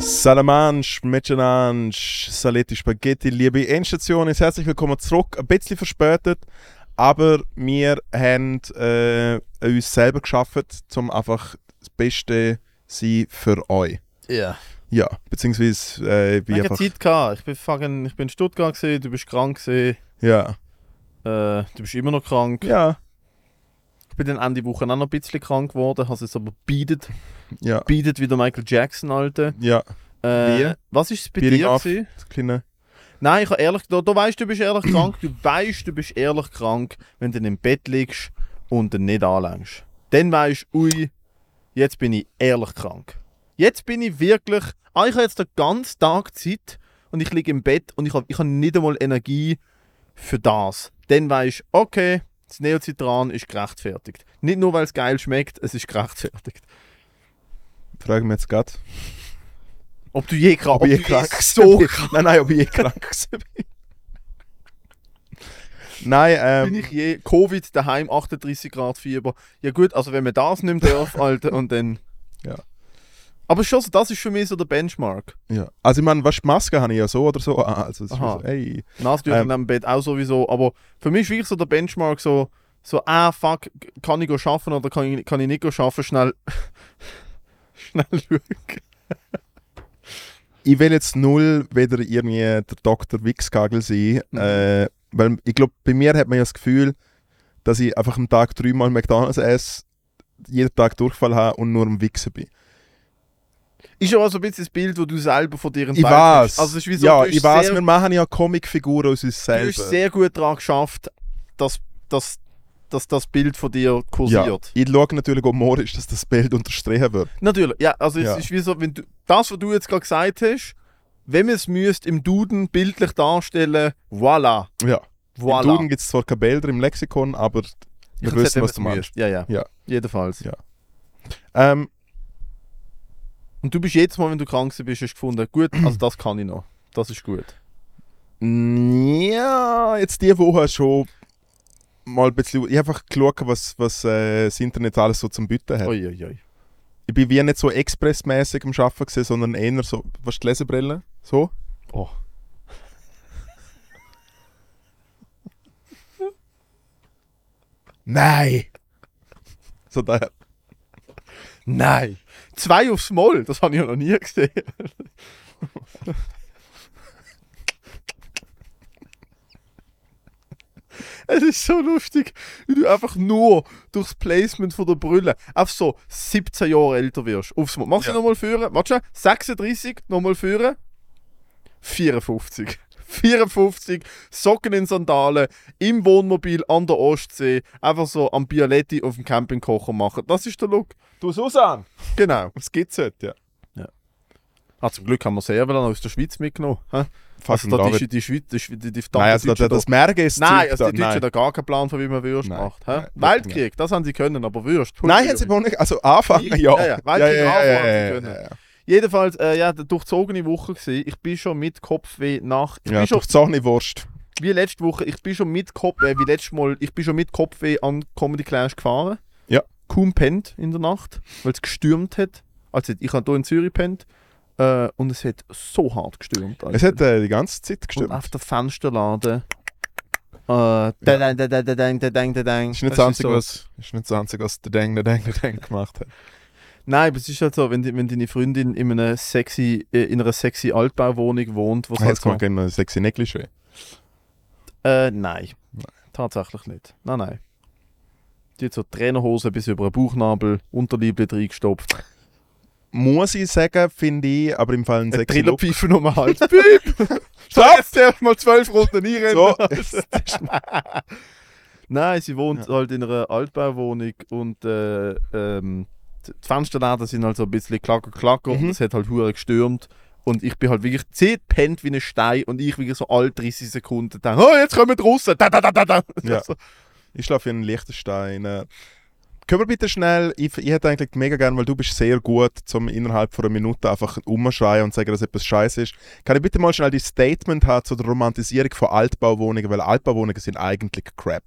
Salamansch, Metzgenansch, Saletti Spaghetti, liebe Endstation, ist herzlich willkommen zurück. Ein bisschen verspätet, aber wir haben äh, uns selber geschaffen, um einfach das Beste zu sein für euch. Ja. Ja, beziehungsweise äh, ich bin Ich hatte einfach. Zeit. Gehabt. Ich, bin fucking, ich bin in Stuttgart, gewesen, du bist krank, gewesen, Ja, äh, du bist immer noch krank. ja, Ich bin dann Ende Woche auch noch ein bisschen krank geworden, habe es aber bietet. ja, Bietet wie der Michael Jackson, Alter. ja. Äh, Wie? was ist es bei Beating dir? off. gewesen? Das kleine. Nein, ich habe ehrlich, da, da weißt du, du bist ehrlich krank. Du weißt, du bist ehrlich krank, wenn du dann im Bett liegst und dann nicht anlängst. Dann weißt du, ui, jetzt bin ich ehrlich krank. Jetzt bin ich wirklich. Ah, ich habe jetzt den ganzen Tag Zeit und ich liege im Bett und ich habe ich habe nicht einmal Energie für das. Dann weißt du, okay, das Neocitran ist gerechtfertigt. Nicht nur, weil es geil schmeckt, es ist gerechtfertigt. Frage mich jetzt gerade. Ob du je krank, Ob ich du krank so bin. Nein, nein, ob ich je krank gewesen bin. Nein, ähm. bin ich je Covid daheim 38 Grad Fieber. Ja gut, also wenn man das nimmt darf, Alter, und dann. Ja. Aber schon so, das ist für mich so der Benchmark. Ja. Also ich meine, weißt, die Maske habe ich ja so oder so an. Also es ist Aha. so, ey. Nasentücher Ähm. ähm. im Bett auch sowieso. Aber für mich ist wirklich so der Benchmark so, so ah fuck, kann ich go schaffen oder kann ich, kann ich nicht go schaffen, schnell. schnell schauen. Ich will jetzt null weder irgendwie der Dr. Wichskagel sein, Mhm. äh, weil ich glaube, bei mir hat man ja das Gefühl, dass ich einfach am Tag dreimal McDonalds esse, jeden Tag Durchfall habe und nur am Wichsen bin. Ist aber so ein bisschen das Bild, das du selber von dir Ich entwickelt weiß. hast. Also es ist wie so, ja, du hast ich weiß, sehr, wir machen ja Comicfiguren aus uns du selber. hast sehr gut daran geschafft, dass, dass, dass das Bild von dir kursiert. ja. Ich schaue natürlich, ob morgen ist, dass das Bild unterstrichen wird. Natürlich, ja, also Ja. es ist wie so, wenn du, das, was du jetzt gerade gesagt hast, wenn man es müsst im Duden bildlich darstellen, voilà, Ja. voilà. Im Duden gibt es zwar keine Bilder im Lexikon, aber wir Ich wissen, hätte was es du meinst. müsst. Ja, ja, Ja. jedenfalls. Ja. Ähm, Und du bist jedes Mal, wenn du krank bist, hast du gefunden, gut, also das kann ich noch. Das ist gut. Ja, jetzt diese Woche schon mal ein bisschen. Ich habe einfach geschaut, was, was äh, das Internet alles so zum Bieten hat. Uiuiui. Ui, ui. Ich bin wie nicht so expressmäßig am Arbeiten, gewesen, sondern eher so. Was die Lesebrille? So? Oh. Nein! So daher. Nein! Zwei aufs Moll, das habe ich ja noch nie gesehen. Es ist so lustig, wie du einfach nur durchs Placement von der Brille auf so 17 Jahre älter wirst. Aufs Moll. Machst du Ja. nochmal führen? Warte schon, 36, nochmal führen. 54. 54, Socken in Sandalen, im Wohnmobil an der Ostsee, einfach so am Bialetti auf dem Campingkocher machen. Das ist der Look. Du Susan! Genau. Was gibt's heute? Ja. Ah, zum Glück haben wir Servelen aus der Schweiz mitgenommen. hä? Fast Also ein da David. die, die Schweiz, die, die, die, die Nein, also Deutschen das, das Mergen ist Nein, Zeug also die da. Deutschen Nein. haben gar keinen Plan, von wie man Würst Nein. macht. hä? Nein, wirklich Weltkrieg, das haben sie können, aber Würst. Nein, haben sie wohl nicht. Also anfangen, Ja, ja. ja, ja, weil ja, sie ja, anfangen ja, können. ja, ja. Jedenfalls, äh, ja, eine durchzogene Woche gewesen. Ich bin schon mit Kopfweh nach. Ich Ja, bin schon, durch Zahn in Wurst. wie letzte Woche, ich bin schon mit Kopfweh, wie letztes Mal, ich bin schon mit Kopfweh an Comedy Clash gefahren. Ja. Kaum pennt in der Nacht, weil es gestürmt hat. Also ich habe hier in Zürich pennt äh, und es hat so hart gestürmt. Es Alter. hat äh, die ganze Zeit Und gestimmt. auf der Fensterlade. Äh, da dang, da dang, da dang, da dang, da dang. Ist nicht Weißt das du, Einzige, so. was, ist nicht das Einzige, was der Deng, der Deng, der Deng gemacht hat. Nein, aber es ist halt so, wenn, die- wenn deine Freundin in einer sexy, äh, in einer sexy Altbauwohnung wohnt, was Ah, halt jetzt so, kommt gerne noch eine sexy Negligé. äh, nein, tatsächlich nicht. Nein, nein. Die hat so Trainerhose bis über den Bauchnabel, Unterliebe reingestopft. Muss ich sagen, finde ich, aber im Fall ein sexy Look. Trillerpfeife um den Hals. Piep! Stopp! Jetzt darf mal zwölf Runden einrennen. So, Nein, sie wohnt halt in einer Altbauwohnung und äh, ähm, die Fensterläden sind halt so ein bisschen klacker, klacker Mhm. und es hat halt hure gestürmt. Und ich bin halt wirklich, sie pennt wie ein Stein und ich wirklich so alle 30 Sekunden denke, oh, jetzt kommen die Russen. Da, da, da, da, da. Ja. So. ich schlafe in Liechtenstein. äh. Können wir bitte schnell, ich, ich hätte eigentlich mega gerne, weil du bist sehr gut, zum innerhalb von einer Minute einfach umschreien und sagen, dass etwas scheiße ist. Kann ich bitte mal schnell die Statement haben zu der Romantisierung von Altbauwohnungen, weil Altbauwohnungen sind eigentlich crap.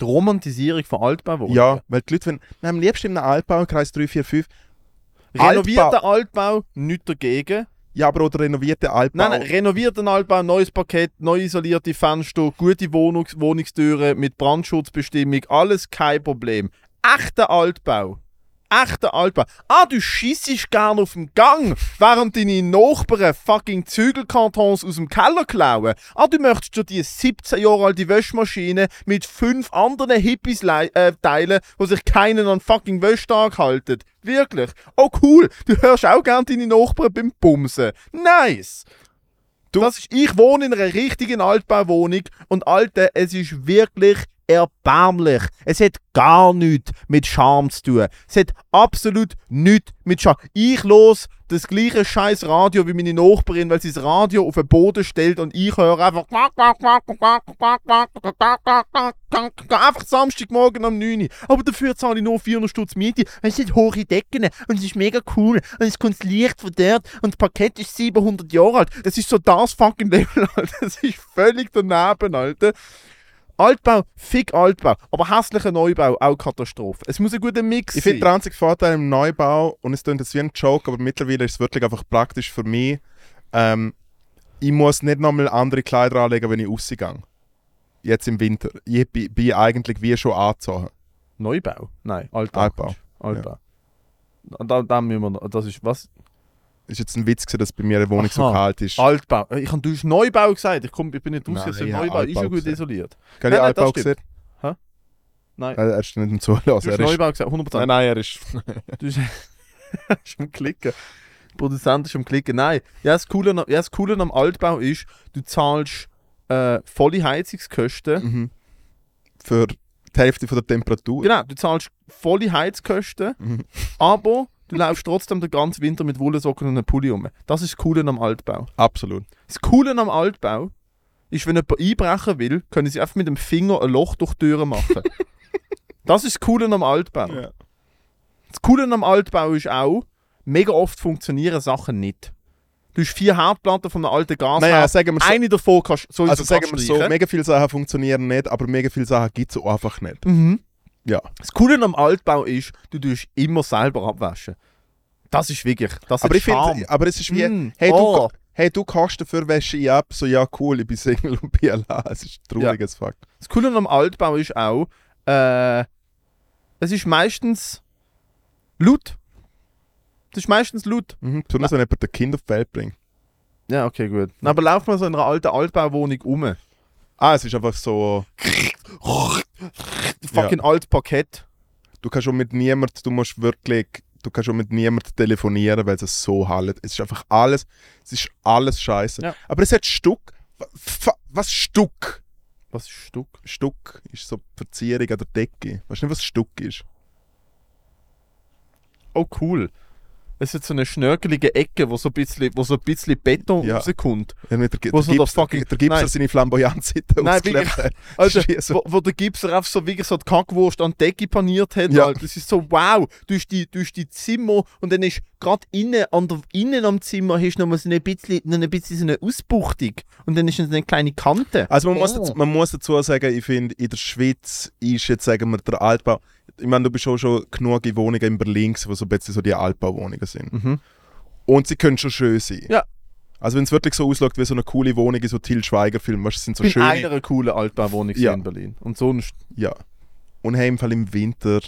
Die Oh Romantisierung von Altbauwohnungen. Ja, weil die Leute, wenn, am liebsten in einem Altbau, Kreis 3, 4, 5, Renovierter Altbau, nichts dagegen. Ja, aber oder renovierte Altbau. Nein, nein, renovierten Altbau, neues Parkett, neu isolierte Fenster, gute Wohnungs Wohnungstüren mit Brandschutzbestimmung, alles kein Problem. Echter Altbau. Echter Altbau. Ah, du schießt gern auf dem Gang, während deine Nachbarn fucking Zügelkartons aus dem Keller klauen. Ah, du möchtest dir die 17 Jahre alte Wäschmaschine mit fünf anderen Hippies lei- äh, teilen, wo sich keinen an fucking Wäschtag halten. Wirklich. Oh cool, du hörst auch gern deine Nachbarn beim Bumsen. Nice. Du- das ist, ich wohne in einer richtigen Altbauwohnung und Alter, es ist wirklich erbarmlich. Es hat gar nichts mit Charme zu tun. Es hat absolut nichts mit Charme. Ich los das gleiche scheiß Radio wie meine Nachbarin, weil sie das Radio auf den Boden stellt und ich höre einfach einfach Samstagmorgen um 9 Uhr. Aber dafür zahle ich nur 400 Stutz Miete. Es sind hohe Decken und es ist mega cool. Und es kommt das Licht von dort und das Parkett ist 700 Jahre alt. Das ist so das fucking Level, Alter. Das ist völlig daneben, Alter. Altbau, fick Altbau. Aber hässlicher Neubau, auch Katastrophe. Es muss ein guter Mix Ich sein. finde den einzigen Vorteil im Neubau, und es klingt jetzt wie ein Joke, aber mittlerweile ist es wirklich einfach praktisch für mich, ähm, ich muss nicht nochmal andere Kleider anlegen, wenn ich rausgehe. Jetzt im Winter. Ich bin, bin eigentlich wie schon angezogen. Neubau? Nein, Altbau. Altbau, Altbau. Da, da müssen wir noch, das ist, was? Ist jetzt ein Witz, gewesen, dass bei mir eine Wohnung so Aha. Ah, kalt ist. Altbau. Äh, Ich habe, du hast Neubau gesagt. Ich, komm, ich bin nicht raus, Nein, jetzt ich hab Neubau. Ist schon Altbau gut gesagt. isoliert. Kann Nein, ich nein, das Altbau stimmt. gesehen? Nein. Äh, Er ist nicht im Zuhören. Du hast Er ist, Neubau gesagt, 100%. nein, nein, er ist. Du bist ist am Klicken. Der Produzent ist am Klicken. Nein, ja, das Coole, an- ja, das Coole am Altbau ist, du zahlst äh, volle Heizungskosten. Mhm. Für die Hälfte von der Temperatur. Genau, du zahlst volle Heizkosten, Mhm. aber du läufst trotzdem den ganzen Winter mit Wollsocken und einem Pulli um. Das ist das Coole am Altbau. Absolut. Das Coole am Altbau ist, wenn jemand einbrechen will, können sie einfach mit dem Finger ein Loch durch die Tür machen. das ist das Coole am Altbau. Ja. Das Coole am Altbau ist auch, mega oft funktionieren Sachen nicht. Du hast vier Herdplatten von einem alten Gasherd. Naja, also sagen wir so. eine davon kannst du Also sagen wir so, mega viele Sachen funktionieren nicht, aber mega viele Sachen gibt es einfach nicht. Mhm. Ja. Das Coole am Altbau ist, du tust immer selber abwaschen. Das ist wirklich, das Aber, ist ich Charme. find, aber es ist wie, Mm, hey, du, oh. ko- hey, du kochst dafür Wäsche ich ab, so ja cool, ich bin Single und bin allein. Es ist traurig as fuck. Das Coole am Altbau ist auch, äh, es ist meistens laut. Es ist meistens laut. Mhm. Besonders wenn jemand ein Kind auf die Welt bringt. Ja, okay, gut. Na, aber lauf mal so in einer alten Altbauwohnung um. Ah, es ist einfach so, Fucking altes Parkett. du kannst schon mit niemand, du musst wirklich, du kannst schon mit niemand telefonieren, weil es so hallt. Es ist einfach alles, es ist alles scheiße. Ja. Aber es hat Stuck, F- was Stuck? Was ist Stuck? Stuck ist so die Verzierung an der Decke. Weißt du nicht, was Stuck ist? Oh cool. Es ist jetzt so eine schnörkelige Ecke, wo so ein bisschen, wo so ein bisschen Beton Ja. rauskommt. Ja, mit der, der, Wo so der Gips, fucking- der Gipser Nein. seine Flamboyant-Seite Nein, ausgelebt hat. Das Also, ist wie so- wo, wo der Gipser einfach so wirklich so die Kackwurst an die Decke paniert hat. Ja. Alter. Das ist so, wow, du hast die, du hast die Zimmer und dann ist gerade innen, an der, innen am Zimmer hast du noch mal so ein bisschen, noch ein bisschen so eine Ausbuchtung. Und dann ist noch so eine kleine Kante. Also man, muss Oh. dazu, man muss dazu sagen, ich finde, in der Schweiz ist jetzt, sagen wir, der Altbau... Ich meine, du bist auch schon genug in Wohnungen in Berlin, gewesen, wo so ein bisschen so die Altbauwohnungen sind. Mhm. Und sie können schon schön sein. Ja. Also wenn es wirklich so aussieht, wie so eine coole Wohnung in so Till Schweiger-Film, weißt du, es sind so Ich bin schöne... einer coolen Altbauwohnung Ja. in Berlin. Und sonst, Ja. Und hey, im Fall im Winter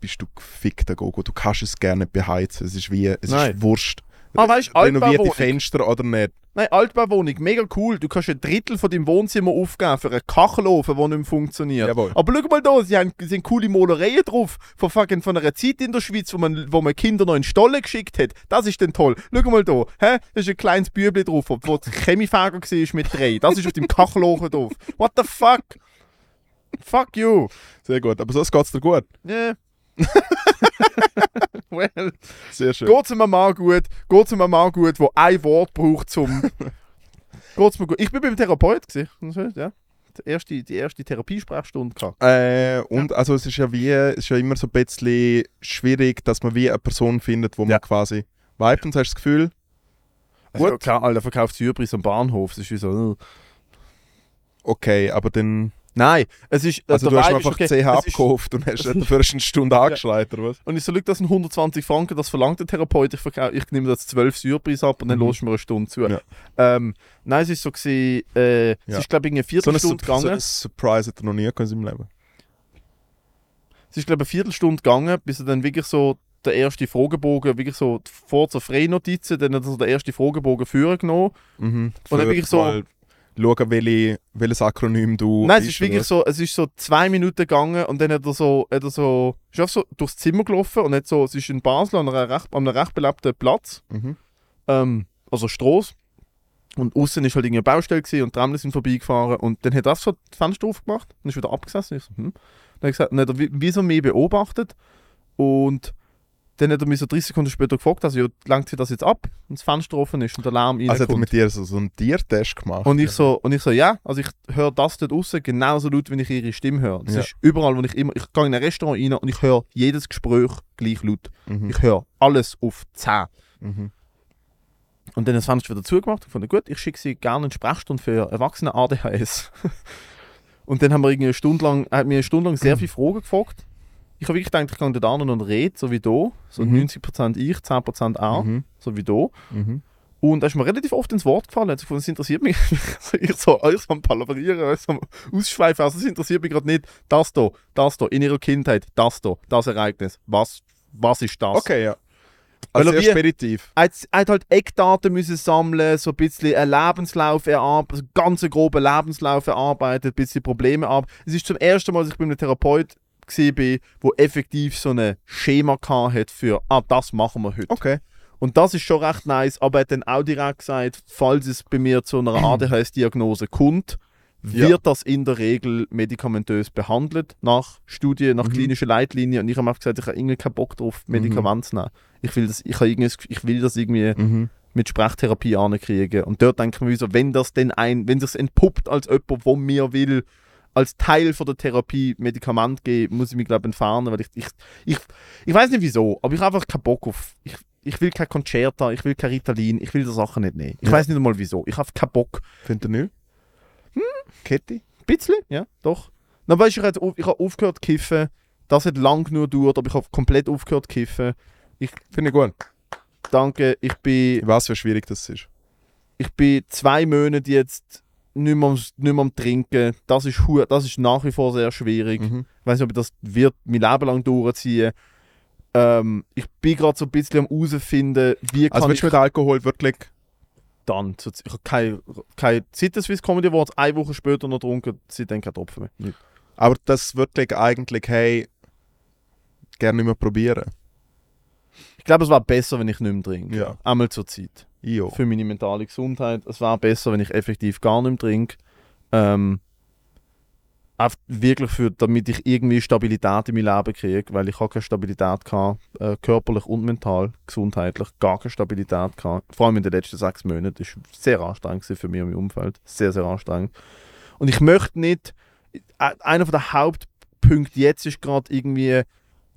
bist du gefickter Gogo. Du kannst es gerne nicht beheizen. Es ist wie... Es Nein. ist Wurst. Ah, weißt du, Renovierte Altbauwohnung. Fenster oder nicht. Nein, Altbauwohnung, mega cool. Du kannst ein Drittel von deinem Wohnzimmer aufgeben für einen Kachelofen, der nicht mehr funktioniert. Jawohl. Aber schau mal da, sie haben, sind coole Malereien drauf von, fucking, von einer Zeit in der Schweiz, wo man, wo man Kinder noch in den Stollen geschickt hat. Das ist dann toll. Schau mal da, hä? da ist ein kleines Bübli drauf, wo- wo der Chemiefäger war mit drei. Das ist auf dem Kachelofen drauf. What the fuck? Fuck you. Sehr gut. Aber sonst geht es dir gut. Yeah. well. Sehr schön. Geht's mir mal gut, geht's mir mal gut, wo ein Wort braucht zum. geht's mir gut. Ich bin beim Therapeut gewesen. Und so, Ja. Die erste, die erste Therapiesprechstunde gehabt. Äh, und also es ist ja wie, es ist ja immer so ein bisschen schwierig, dass man wie eine Person findet, wo man Ja. quasi vibet und hast das Gefühl, Also, Gut. klar, Alter verkauft Hybris am Bahnhof. Das ist wie so. äh. okay, aber dann Nein, es ist. Also der du hast mir Vibe ist einfach okay. Es CH ist- abgekauft und hast dafür hast du eine Stunde angeschreit, oder was? Und ich so, schau, das sind 120 Franken, das verlangt der Therapeut, ich, verkau- ich nehme das 12 Surpreis ab und dann Mhm. los mir eine Stunde zu. Ja. Ähm, nein, es ist so, gewesen, äh, es Ja. ist glaube ich eine So Viertelstunde eine, Sur- so gegangen. eine Surprise hat er noch nie gehabt in seinem Leben. Es ist glaube ich eine Viertelstunde gegangen, bis er dann wirklich so der erste Fragebogen, wirklich so die vor zur Freinotizen, dann hat er so den ersten Fragebogen führen genommen. Mhm. Und dann bin ich so- Mal Schauen, welche, welches Akronym du. Nein, es bist, ist wirklich oder? so, es ist so zwei Minuten gegangen und dann hat er so, hat er so, ist einfach so durchs Zimmer gelaufen und hat so, es ist in Basel an einem recht, an einem recht belebten Platz, Mhm. ähm, also Strasse. Und außen ist halt irgendeine Baustelle gewesen und die Tramle sind vorbeigefahren und dann hat er so das Fenster aufgemacht und ist wieder abgesessen. Ich so, hm. Dann hat er gesagt, dann hat er wie, wie so mich beobachtet und dann hat er mich so 30 Sekunden später gefragt, also ja, langt sich das jetzt ab, wenn das Fenster offen ist und der Lärm Also hat er reinkommt. mit dir so, so einen Tiertest gemacht. Und ich so, und ich so, ja, also ich höre das dort raus genauso laut, wenn ich ihre Stimme höre. Das Ja. ist überall, wo ich immer, ich gehe in ein Restaurant rein und ich höre jedes Gespräch gleich laut. Mhm. Ich höre alles auf 10. Mhm. Und dann das Fenster wieder zugemacht und fand, gut, ich schicke sie gerne in die Sprechstunde für Erwachsene ADHS. und dann haben wir irgendwie eine Stunde lang, er hat mir eine Stunde lang sehr viele Fragen gefragt. Ich habe wirklich gedacht, ich gehe dort an und rede, so wie du. So Mhm. 90% ich, 10% er, Mhm. so wie du. Mhm. Und er ist mir relativ oft ins Wort gefallen. Er hat sich gefunden, das interessiert mich. Also ich so alles am Palaverieren, alles am Ausschweifen. Also, es interessiert mich gerade nicht. Das da, das da, in ihrer Kindheit, das da, das Ereignis. Was, was ist das? Okay, ja. Weil Also er sehr wie- speditiv. Er hat, er hat halt Eckdaten müssen sammeln, so ein bisschen einen Lebenslauf erarbeitet, also einen ganz groben Lebenslauf erarbeitet, ein bisschen Probleme ab. Es ist zum ersten Mal, dass ich bei einem Therapeut gesehen bin, wo effektiv so ein Schema gehabt hat für, ah, das machen wir heute. Okay. Und das ist schon recht nice, aber er hat dann auch direkt gesagt, falls es bei mir zu einer ADHS-Diagnose kommt, Ja. wird das in der Regel medikamentös behandelt, nach Studie, nach Mhm. klinischen Leitlinien. Und ich habe einfach gesagt, ich habe irgendwie keinen Bock drauf, Medikamente zu nehmen. Ich will das, ich, habe irgendwie, das Gefühl, ich will das irgendwie Mhm. mit Sprachtherapie ankriegen. Und dort denke ich mir so, wenn das denn ein, wenn das entpuppt als jemand, wo mir will, als Teil von der Therapie Medikament geben, muss ich mich glaube ich, entfernen, weil ich, ich, ich, ich weiß nicht wieso, aber ich habe einfach keinen Bock auf, ich, ich will kein Concerta, ich will kein Ritalin, ich will die Sachen nicht nehmen. Ich Ja. weiß nicht einmal wieso, ich habe keinen Bock. Findet ihr nicht? Kitty? Ein bisschen, ja, doch. Na, weißt du, ich habe jetzt auf- ich habe aufgehört zu kiffen, das hat lang genug gedauert, aber ich habe komplett aufgehört zu kiffen. Finde ich gut. Danke, ich bin Ich weiß, wie schwierig das ist. ich bin zwei Monate jetzt nicht mehr, am, nicht mehr am Trinken. Das ist, hu- das ist nach wie vor sehr schwierig. Mhm. Ich weiß nicht, ob das wird mein Leben lang durchziehen. Ähm, ich bin gerade so ein bisschen am herausfinden, wie kann Also willst ich du mit Alkohol wirklich... dann... zu- Ich habe keine, keine seit der Swiss Comedy Awards, eine Woche später noch getrunken, seitdem kein Tropfen mehr. Aber das wirklich eigentlich, hey, gerne nicht mehr probieren. Ich glaube, es war besser, wenn ich nicht mehr trinke. Ja. Einmal zur Zeit. Io. Für meine mentale Gesundheit. Es war besser, wenn ich effektiv gar nicht mehr trinke. Ähm, auch wirklich für, damit ich irgendwie Stabilität in mein Leben kriege, weil ich habe keine Stabilität gehabt, äh, körperlich und mental, gesundheitlich, gar keine Stabilität gehabt. Vor allem in den letzten sechs Monaten. Das war sehr anstrengend gewesen für mich und mein Umfeld. Sehr, sehr anstrengend. Und ich möchte nicht, äh, einer von der Hauptpunkte jetzt ist gerade irgendwie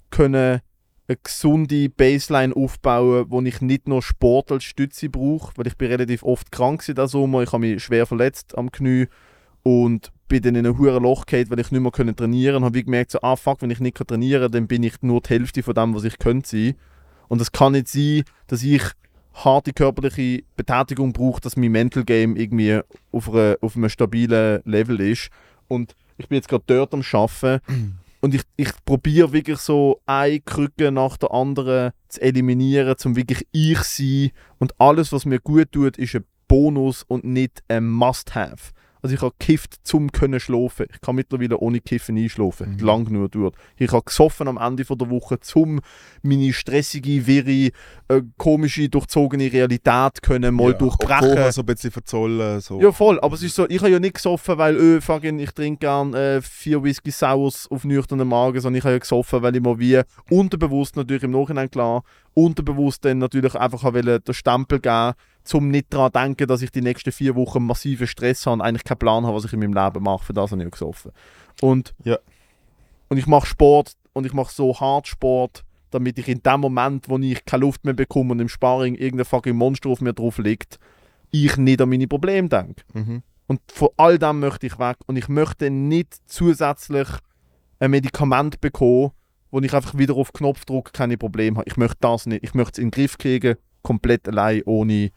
können eine gesunde Baseline aufbauen, wo ich nicht nur Sport als Stütze brauche, weil ich bin relativ oft krank gewesen diesen Sommer, ich habe mich schwer verletzt am Knie und bin dann in ein hure Loch gefallen, weil ich nicht mehr können trainieren konnte. Habe ich gemerkt, so, ah fuck, wenn ich nicht kann trainieren kann, dann bin ich nur die Hälfte von dem, was ich könnte sein. Und es kann nicht sein, dass ich harte körperliche Betätigung brauche, dass mein Mental Game irgendwie auf, einer, auf einem stabilen Level ist. Und ich bin jetzt gerade dort am Arbeiten und ich, ich probiere wirklich so eine Krücke nach der anderen zu eliminieren, zum wirklich ich sein. Und alles, was mir gut tut, ist ein Bonus und nicht ein Must-Have. Also ich habe gekifft, zum können schlafen. Ich kann mittlerweile ohne Kiffen einschlafen. Mhm. Lang genug dauert. Ich habe gesoffen am Ende von der Woche, zum meine stressige, wirre, äh, komische, durchzogene Realität können mal durchbrechen. Alkohol so ein bisschen verzollen. So. Ja, voll. Aber es ist so, ich habe ja nicht gesoffen, weil öh, fucking, ich trinke gern äh, vier Whisky Sours auf nüchternen Magen, sondern ich habe ja gesoffen, weil ich mal wie unterbewusst natürlich im Nachhinein klar, unterbewusst dann natürlich einfach habe wollen den Stempel geben, zum nicht daran denken, dass ich die nächsten vier Wochen massiven Stress habe und eigentlich keinen Plan habe, was ich in meinem Leben mache. Für das habe ich ja gesoffen. Und, Ja. und ich mache Sport und ich mache so hart Sport, damit ich in dem Moment, wo ich keine Luft mehr bekomme und im Sparring irgendein fucking Monster auf mir drauf liegt, ich nicht an meine Probleme denke. Mhm. Und von all dem möchte ich weg. Und ich möchte nicht zusätzlich ein Medikament bekommen, wo ich einfach wieder auf Knopfdruck keine Probleme habe. Ich möchte das nicht. Ich möchte es in den Griff kriegen, komplett allein, ohne,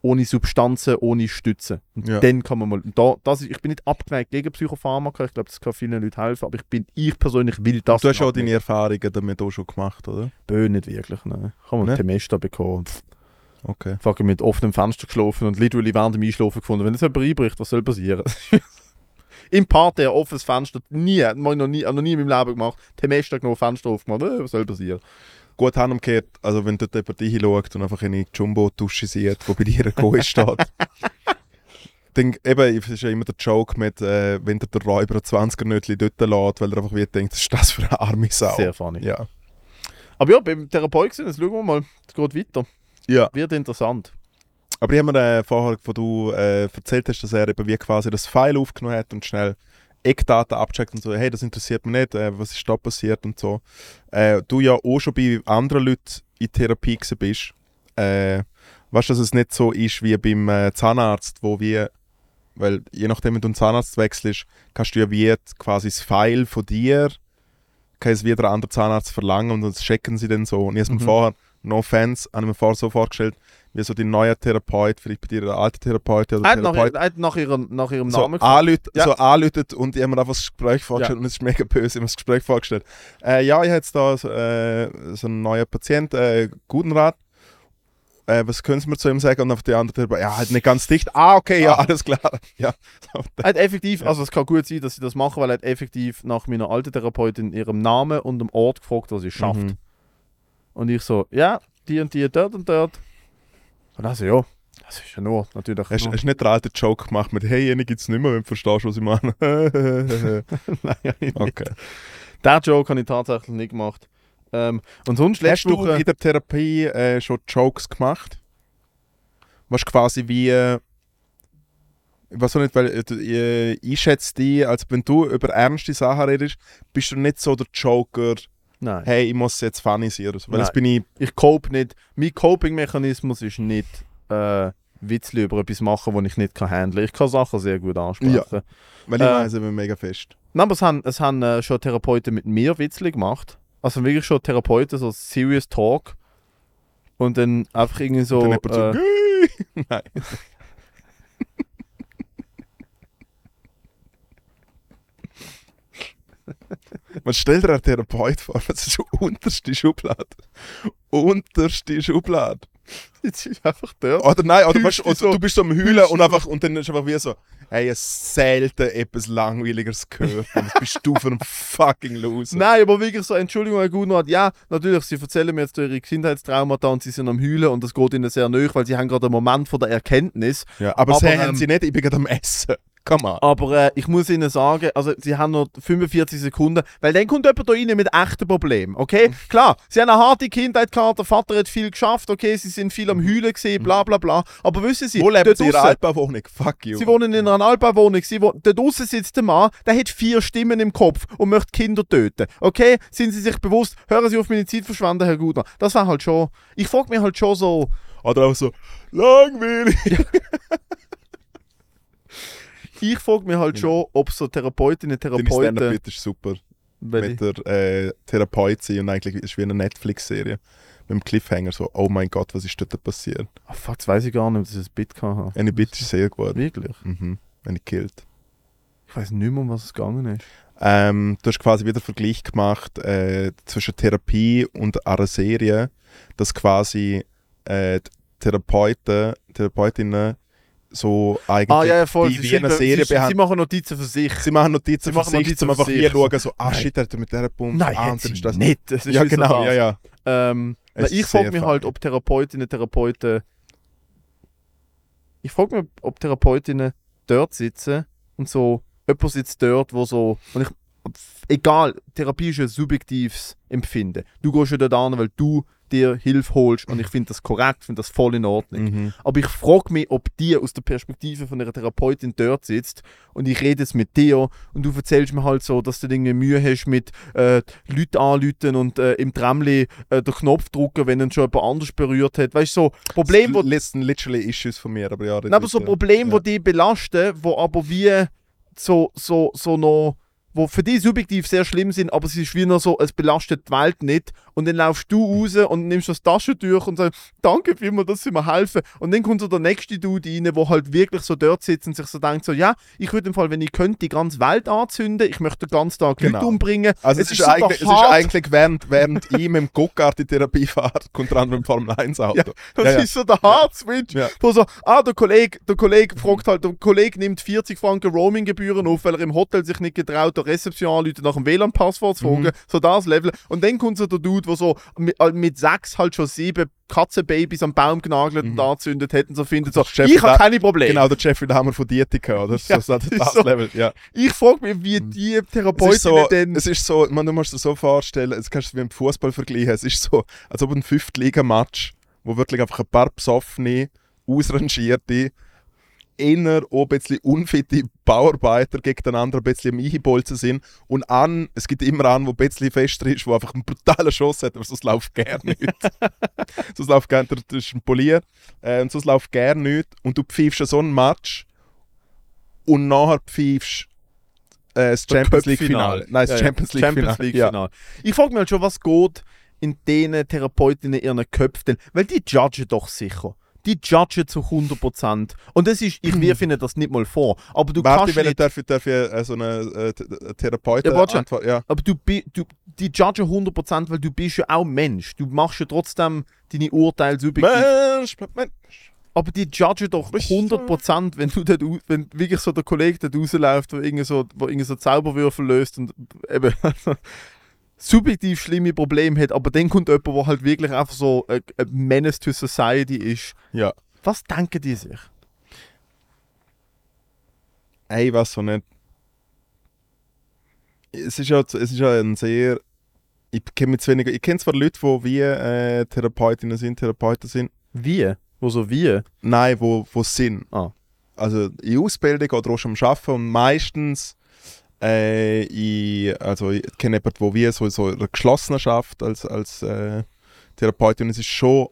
ohne Substanzen, ohne Stützen. Und Ja. dann kann man mal. und Da, das ist, ich bin nicht abgeneigt gegen Psychopharmaka. Ich glaube, das kann vielen Leuten helfen. Aber ich bin, ich persönlich will das. Du hast ja auch nicht. deine Erfahrungen damit auch schon gemacht, oder? Bö, nicht wirklich. Nein. Kann man Nein. ein Temester bekommen. Pff, Ne? Okay. Fucking mit offenem Fenster geschlafen und literally während dem Einschlafen gefunden. Wenn das jemand einbricht, was soll passieren? Im Part der offenes Fenster, nie, das habe ich noch nie, hab noch nie in meinem Leben gemacht. Temester genommen, Fenster aufgemacht, äh, was soll passieren? Gut handumgekehrt, also wenn dort jemand hinschaut und einfach eine Jumbo-Dusche sieht, die bei dir Goe steht. Dann, eben, es ist ja immer der Joke mit, äh, wenn der, der Räuber ein 20er-Nötchen dort lässt, weil er einfach wie denkt, was ist das für eine arme Sau. Sehr funny. Ja. Aber ja, beim Therapeut gewesen, jetzt schauen wir mal. Es geht weiter. ja. Wird interessant. Aber ich habe mir äh, vorher, wo du äh, erzählt hast, dass er eben wie quasi das File aufgenommen hat und schnell Eckdaten abcheckt und so, hey, das interessiert mich nicht, äh, was ist da passiert und so. Äh, du ja auch schon bei anderen Leuten in Therapie gewesen bist. Äh, weißt du, dass es nicht so ist wie beim äh, Zahnarzt, wo wir, weil je nachdem, wenn du einen Zahnarzt wechselst, kannst du ja wie jetzt quasi das File von dir, kann es wieder der andere Zahnarzt verlangen und das checken sie dann so. Und ich habe mir Mhm. vorher, no offense, habe ich mir vorher so vorgestellt, wie so die neue Therapeut, vielleicht bei dir der alte Therapeut oder Er hat nach, Therapeut, er hat nach, ihrem, nach ihrem so, ah, Namen anlüt, Ja. so anlütet und ich habe mir einfach das Gespräch vorgestellt und es ist mega böse, ich habe mir das Gespräch vorgestellt. Äh, ja, ich habe jetzt da so, äh, so einen neuen Patient, äh, guten Rat. Äh, was können Sie mir zu ihm sagen? Und auf die andere Tür, ja, halt nicht ganz dicht. Ah, okay, ja, Ah. alles klar. Ja, so, Er hat effektiv, also es kann gut sein, dass sie das machen, weil er hat effektiv nach meiner alten Therapeutin ihrem Namen und dem Ort gefragt, was sie schafft. Mhm. Und ich so, ja, die und die, dort und dort. Und also ja, das ist ja nur natürlich. Hast, nur. hast nicht den alten Joke gemacht mit, hey, jene gibt es nicht mehr, wenn du verstehst, was ich meine. Nein, okay. den Joke habe ich tatsächlich nicht gemacht. Ähm, und sonst Hast letzte du Woche. in der Therapie äh, schon Jokes gemacht? Was quasi wie. Äh, ich weiß auch nicht, weil äh, du- äh, ich schätze dich, als wenn du über ernste Sachen redest, bist du nicht so der Joker, Nein, hey, ich muss jetzt funny sein. Oder so. Weil Nein. das bin ich. ich cope nicht. Mein Coping-Mechanismus ist nicht äh, Witzli über etwas machen, das ich nicht kann handeln kann. Ich kann Sachen sehr gut ansprechen. Weil ich Äh. weiß eben mega fest. Nein, aber es haben, es haben äh, schon Therapeuten mit mir Witzli gemacht. Also wirklich schon Therapeuten, so Serious Talk. Und dann einfach irgendwie so. Dann jemand so, äh, "Gäh." Nein. Man stellt dir einen Therapeut vor, das ist die unterste Schublade. Unterste Schublade. jetzt ist einfach dort. Oder nein, oder Hüst weißt, dich du, oder so. du bist so am Heulen und, einfach, und dann ist einfach wie so, hey, ich habe selten etwas Langweiligeres gehört. Und jetzt bist du für ein fucking Loser. Nein, aber wirklich so, Entschuldigung, Herr Gutnord, ja, natürlich, Sie erzählen mir jetzt ihre Kindheitstraumata und Sie sind am Heulen und das geht Ihnen sehr nöch, weil Sie haben gerade einen Moment von der Erkenntnis. Ja, aber, Aber, sie haben ähm, sie nicht, ich bin gerade am Essen. Come on. Aber äh, ich muss Ihnen sagen, also Sie haben nur 45 Sekunden, weil dann kommt jemand da rein mit echten Problemen, okay? Mhm. Klar, Sie haben eine harte Kindheit gehabt, der Vater hat viel geschafft, okay, Sie sind viel am Heulen gesehen, bla bla bla. Aber wissen Sie, Mhm. Wo leben dort sie in draussen- Alba Wohnung? Fuck you. Sie wohnen in einer Altbauwohnung. Sie wo dort draußen sitzt der Mann, der hat vier Stimmen im Kopf und möchte Kinder töten. Okay? Sind Sie sich bewusst? Hören Sie auf meine Zeit verschwenden, Herr Gudner. Das war halt schon. Ich frage mich halt schon so. Oder auch so, langweilig. Ich frage mich halt schon, ob so Therapeutinnen und Deine Therapeuten. Stand-Up Mhm. ist super. Welche? Mit der äh, Therapeut sein und eigentlich ist es wie eine Netflix-Serie. Mit dem Cliffhanger so, oh mein Gott, was ist dort passiert? Ah, fuck, das weiß ich gar nicht, ob das ein Bit kann. Eine Bitch ist sehr gut. Wirklich? Mhm. Eine killt. Ich weiß nicht mehr, um was es gegangen ist. Ähm, du hast quasi wieder einen Vergleich gemacht äh, zwischen Therapie und einer Serie, dass quasi äh, die Therapeuten, Therapeutinnen so eigentlich Ah, ja, ja, voll. die Sie wie eine schreiben- sie, Serie sie, sie behandeln. machen Notizen für sich. Sie machen Notizen Sie für machen sich, Notizen um für einfach sich. hier schauen, so, ah Nein. shit, er hat mit dieser Pumpe, Nein, ah, hat und dann sie ist das. nicht. Das ist Ja, wie so genau, das. ja, ja. Ähm, Es weil ist ich frage sehr mich halt, funny. ob Therapeutinnen und Therapeuten. Ich frage mich, ob Therapeutinnen dort sitzen und so. Jemand sitzt dort, wo so. Und ich, egal, Therapie ist ein subjektives Empfinden. Du gehst ja dort an, weil du dir Hilfe holst und ich finde das korrekt, finde das voll in Ordnung. Mhm. Aber ich frage mich, ob die aus der Perspektive von einer Therapeutin dort sitzt und ich rede jetzt mit dir und du erzählst mir halt so, dass du irgendwie Mühe hast mit äh, Leuten anrufen und äh, im Tramli äh, den Knopf drücken, wenn ihn schon jemand anders berührt hat. Weißt du, so Problem, wo, Das listen literally Issues von mir, aber ja. das nein, aber ist, so ja. Problem, wo die belasten, wo aber wie so, so, so noch wo für die subjektiv sehr schlimm sind, aber es ist wie noch so, es belastet die Welt nicht. Und dann laufst du raus und nimmst das Taschentuch und sagst, danke vielmals, dass sie mir helfen. Und dann kommt so der nächste Dude rein, der halt wirklich so dort sitzt und sich so denkt, so, ja, ich würde im Fall, wenn ich könnte, die ganze Welt anzünden, ich möchte den ganzen Tag Genau. Leute umbringen. Also es, ist, super eigentlich, es ist hart. eigentlich, während, während ich mit dem Gokart in Therapie fahre, unter anderem im Formel 1 Auto. Das Ja, ja. ist so der Hard-Switch, Ja. wo so, ah, der Kollege, der Kollege fragt halt, der Kollege nimmt 40 Franken Roaming-Gebühren auf, weil er im Hotel sich nicht getraut, der Rezeption anruft, nach dem WLAN-Passwort zu fragen, Mhm. so das Level. Und dann kommt so der Dude, der so mit, äh, mit sechs halt schon sieben Katzenbabys am Baum genagelt Mhm. und angezündet hat und so findet so, Chef, ich da- habe keine Probleme. Genau, der Jeffrey Dahmer von Dietika, oder? Ja, so, das ist das so. Level, ja. Ich frage mich, wie die Therapeutinnen Es Mhm. ist so, denn... es ist so man, du musst dir so vorstellen, es kannst du es wie im Fußball vergleichen. Es ist so, als ob ein Fünftliga-Match, wo wirklich einfach ein paar besoffene, ausrangierte, inner auch ein bisschen unfitte Bauarbeiter gegeneinander ein bisschen am Einbolzen sind. Und an, es gibt immer einen, der ein bisschen fester ist, der einfach einen brutalen Schuss hat, aber sonst läuft gar nicht. sonst läuft gar nicht, das ist ein Polier. Äh, und sonst läuft gar nicht. Und du pfeifst an so einen Match und nachher pfeifst äh, das Champions League-Finale. Nein, das Ja, ja. Champions League-Finale. Champions League ja. Finale. Ich frage mich halt schon, was geht in diesen Therapeutinnen ihren Köpfen, denn- weil die judgen doch sicher. Die judgen zu 100%. Und das ist, ich wir finden das nicht mal vor. Aber du Warte, kannst wenn ich nicht, darf, ich- darf ich äh, so eine äh, Th- Therapeutin Ja, warte schon. antworten? Ja. aber du, bi- du die judgen 100%, weil du bist ja auch Mensch. Du machst ja trotzdem deine Urteile subjektiv. Mensch, Mensch. Aber die judgen doch Bist 100%, wenn du dort, au- wenn wirklich so der Kollege dort rausläuft, der irgend so, wo irgend so Zauberwürfel löst und eben subjektiv schlimme Probleme hat, aber dann kommt jemand, der halt wirklich einfach so ein ein Menace to Society ist. Ja. Was denken die sich? Ey, was so nicht. Es ist ja, es ist ja ein sehr. Ich kenne mich zu wenig. Ich kenne zwar Leute, die wie äh, Therapeutinnen sind, Therapeuten sind. Wie? Wo so wie? Nein, wo, wo sind. Ah. Also in Ausbildung oder auch schon am Arbeiten und meistens äh, ich, also ich kenne jemanden, wo wir so, so in einer geschlossenen Schaft als, als äh, Therapeutin und es ist schon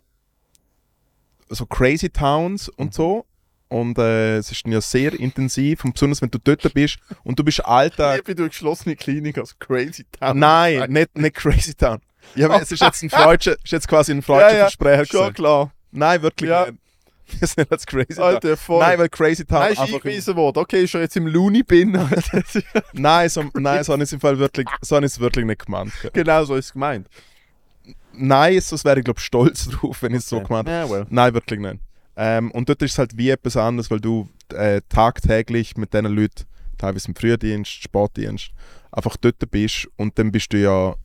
so crazy towns und so und äh, es ist dann ja sehr intensiv und besonders wenn du dort bist und du bist alter Ich bin durch geschlossene Klinik als Crazy Town. nein nicht, nicht crazy town ja, aber es ist jetzt ein freudscher ist jetzt quasi ein freudscher Ja, ja, Versprecher Schon gewesen. klar. nein wirklich Ja. nicht. wir sind jetzt crazy town Alter, voll. Nein, weil Crazy Town Nein, ist einfach- eingewiesen worden. Okay, ist schon jetzt im Looney bin. Nein, so, nein, so habe ich es im Fall wirklich, so habe ich es wirklich nicht gemeint. gell. genau so ist es gemeint. Nein, sonst wäre ich glaube stolz drauf, wenn ich es so Okay. gemeint hätte. Ja, well. Nein, wirklich nicht. Ähm, und dort ist es halt wie etwas anderes, weil du äh, tagtäglich mit diesen Leuten, teilweise im Frühdienst, Sportdienst, einfach dort bist und dann bist du ja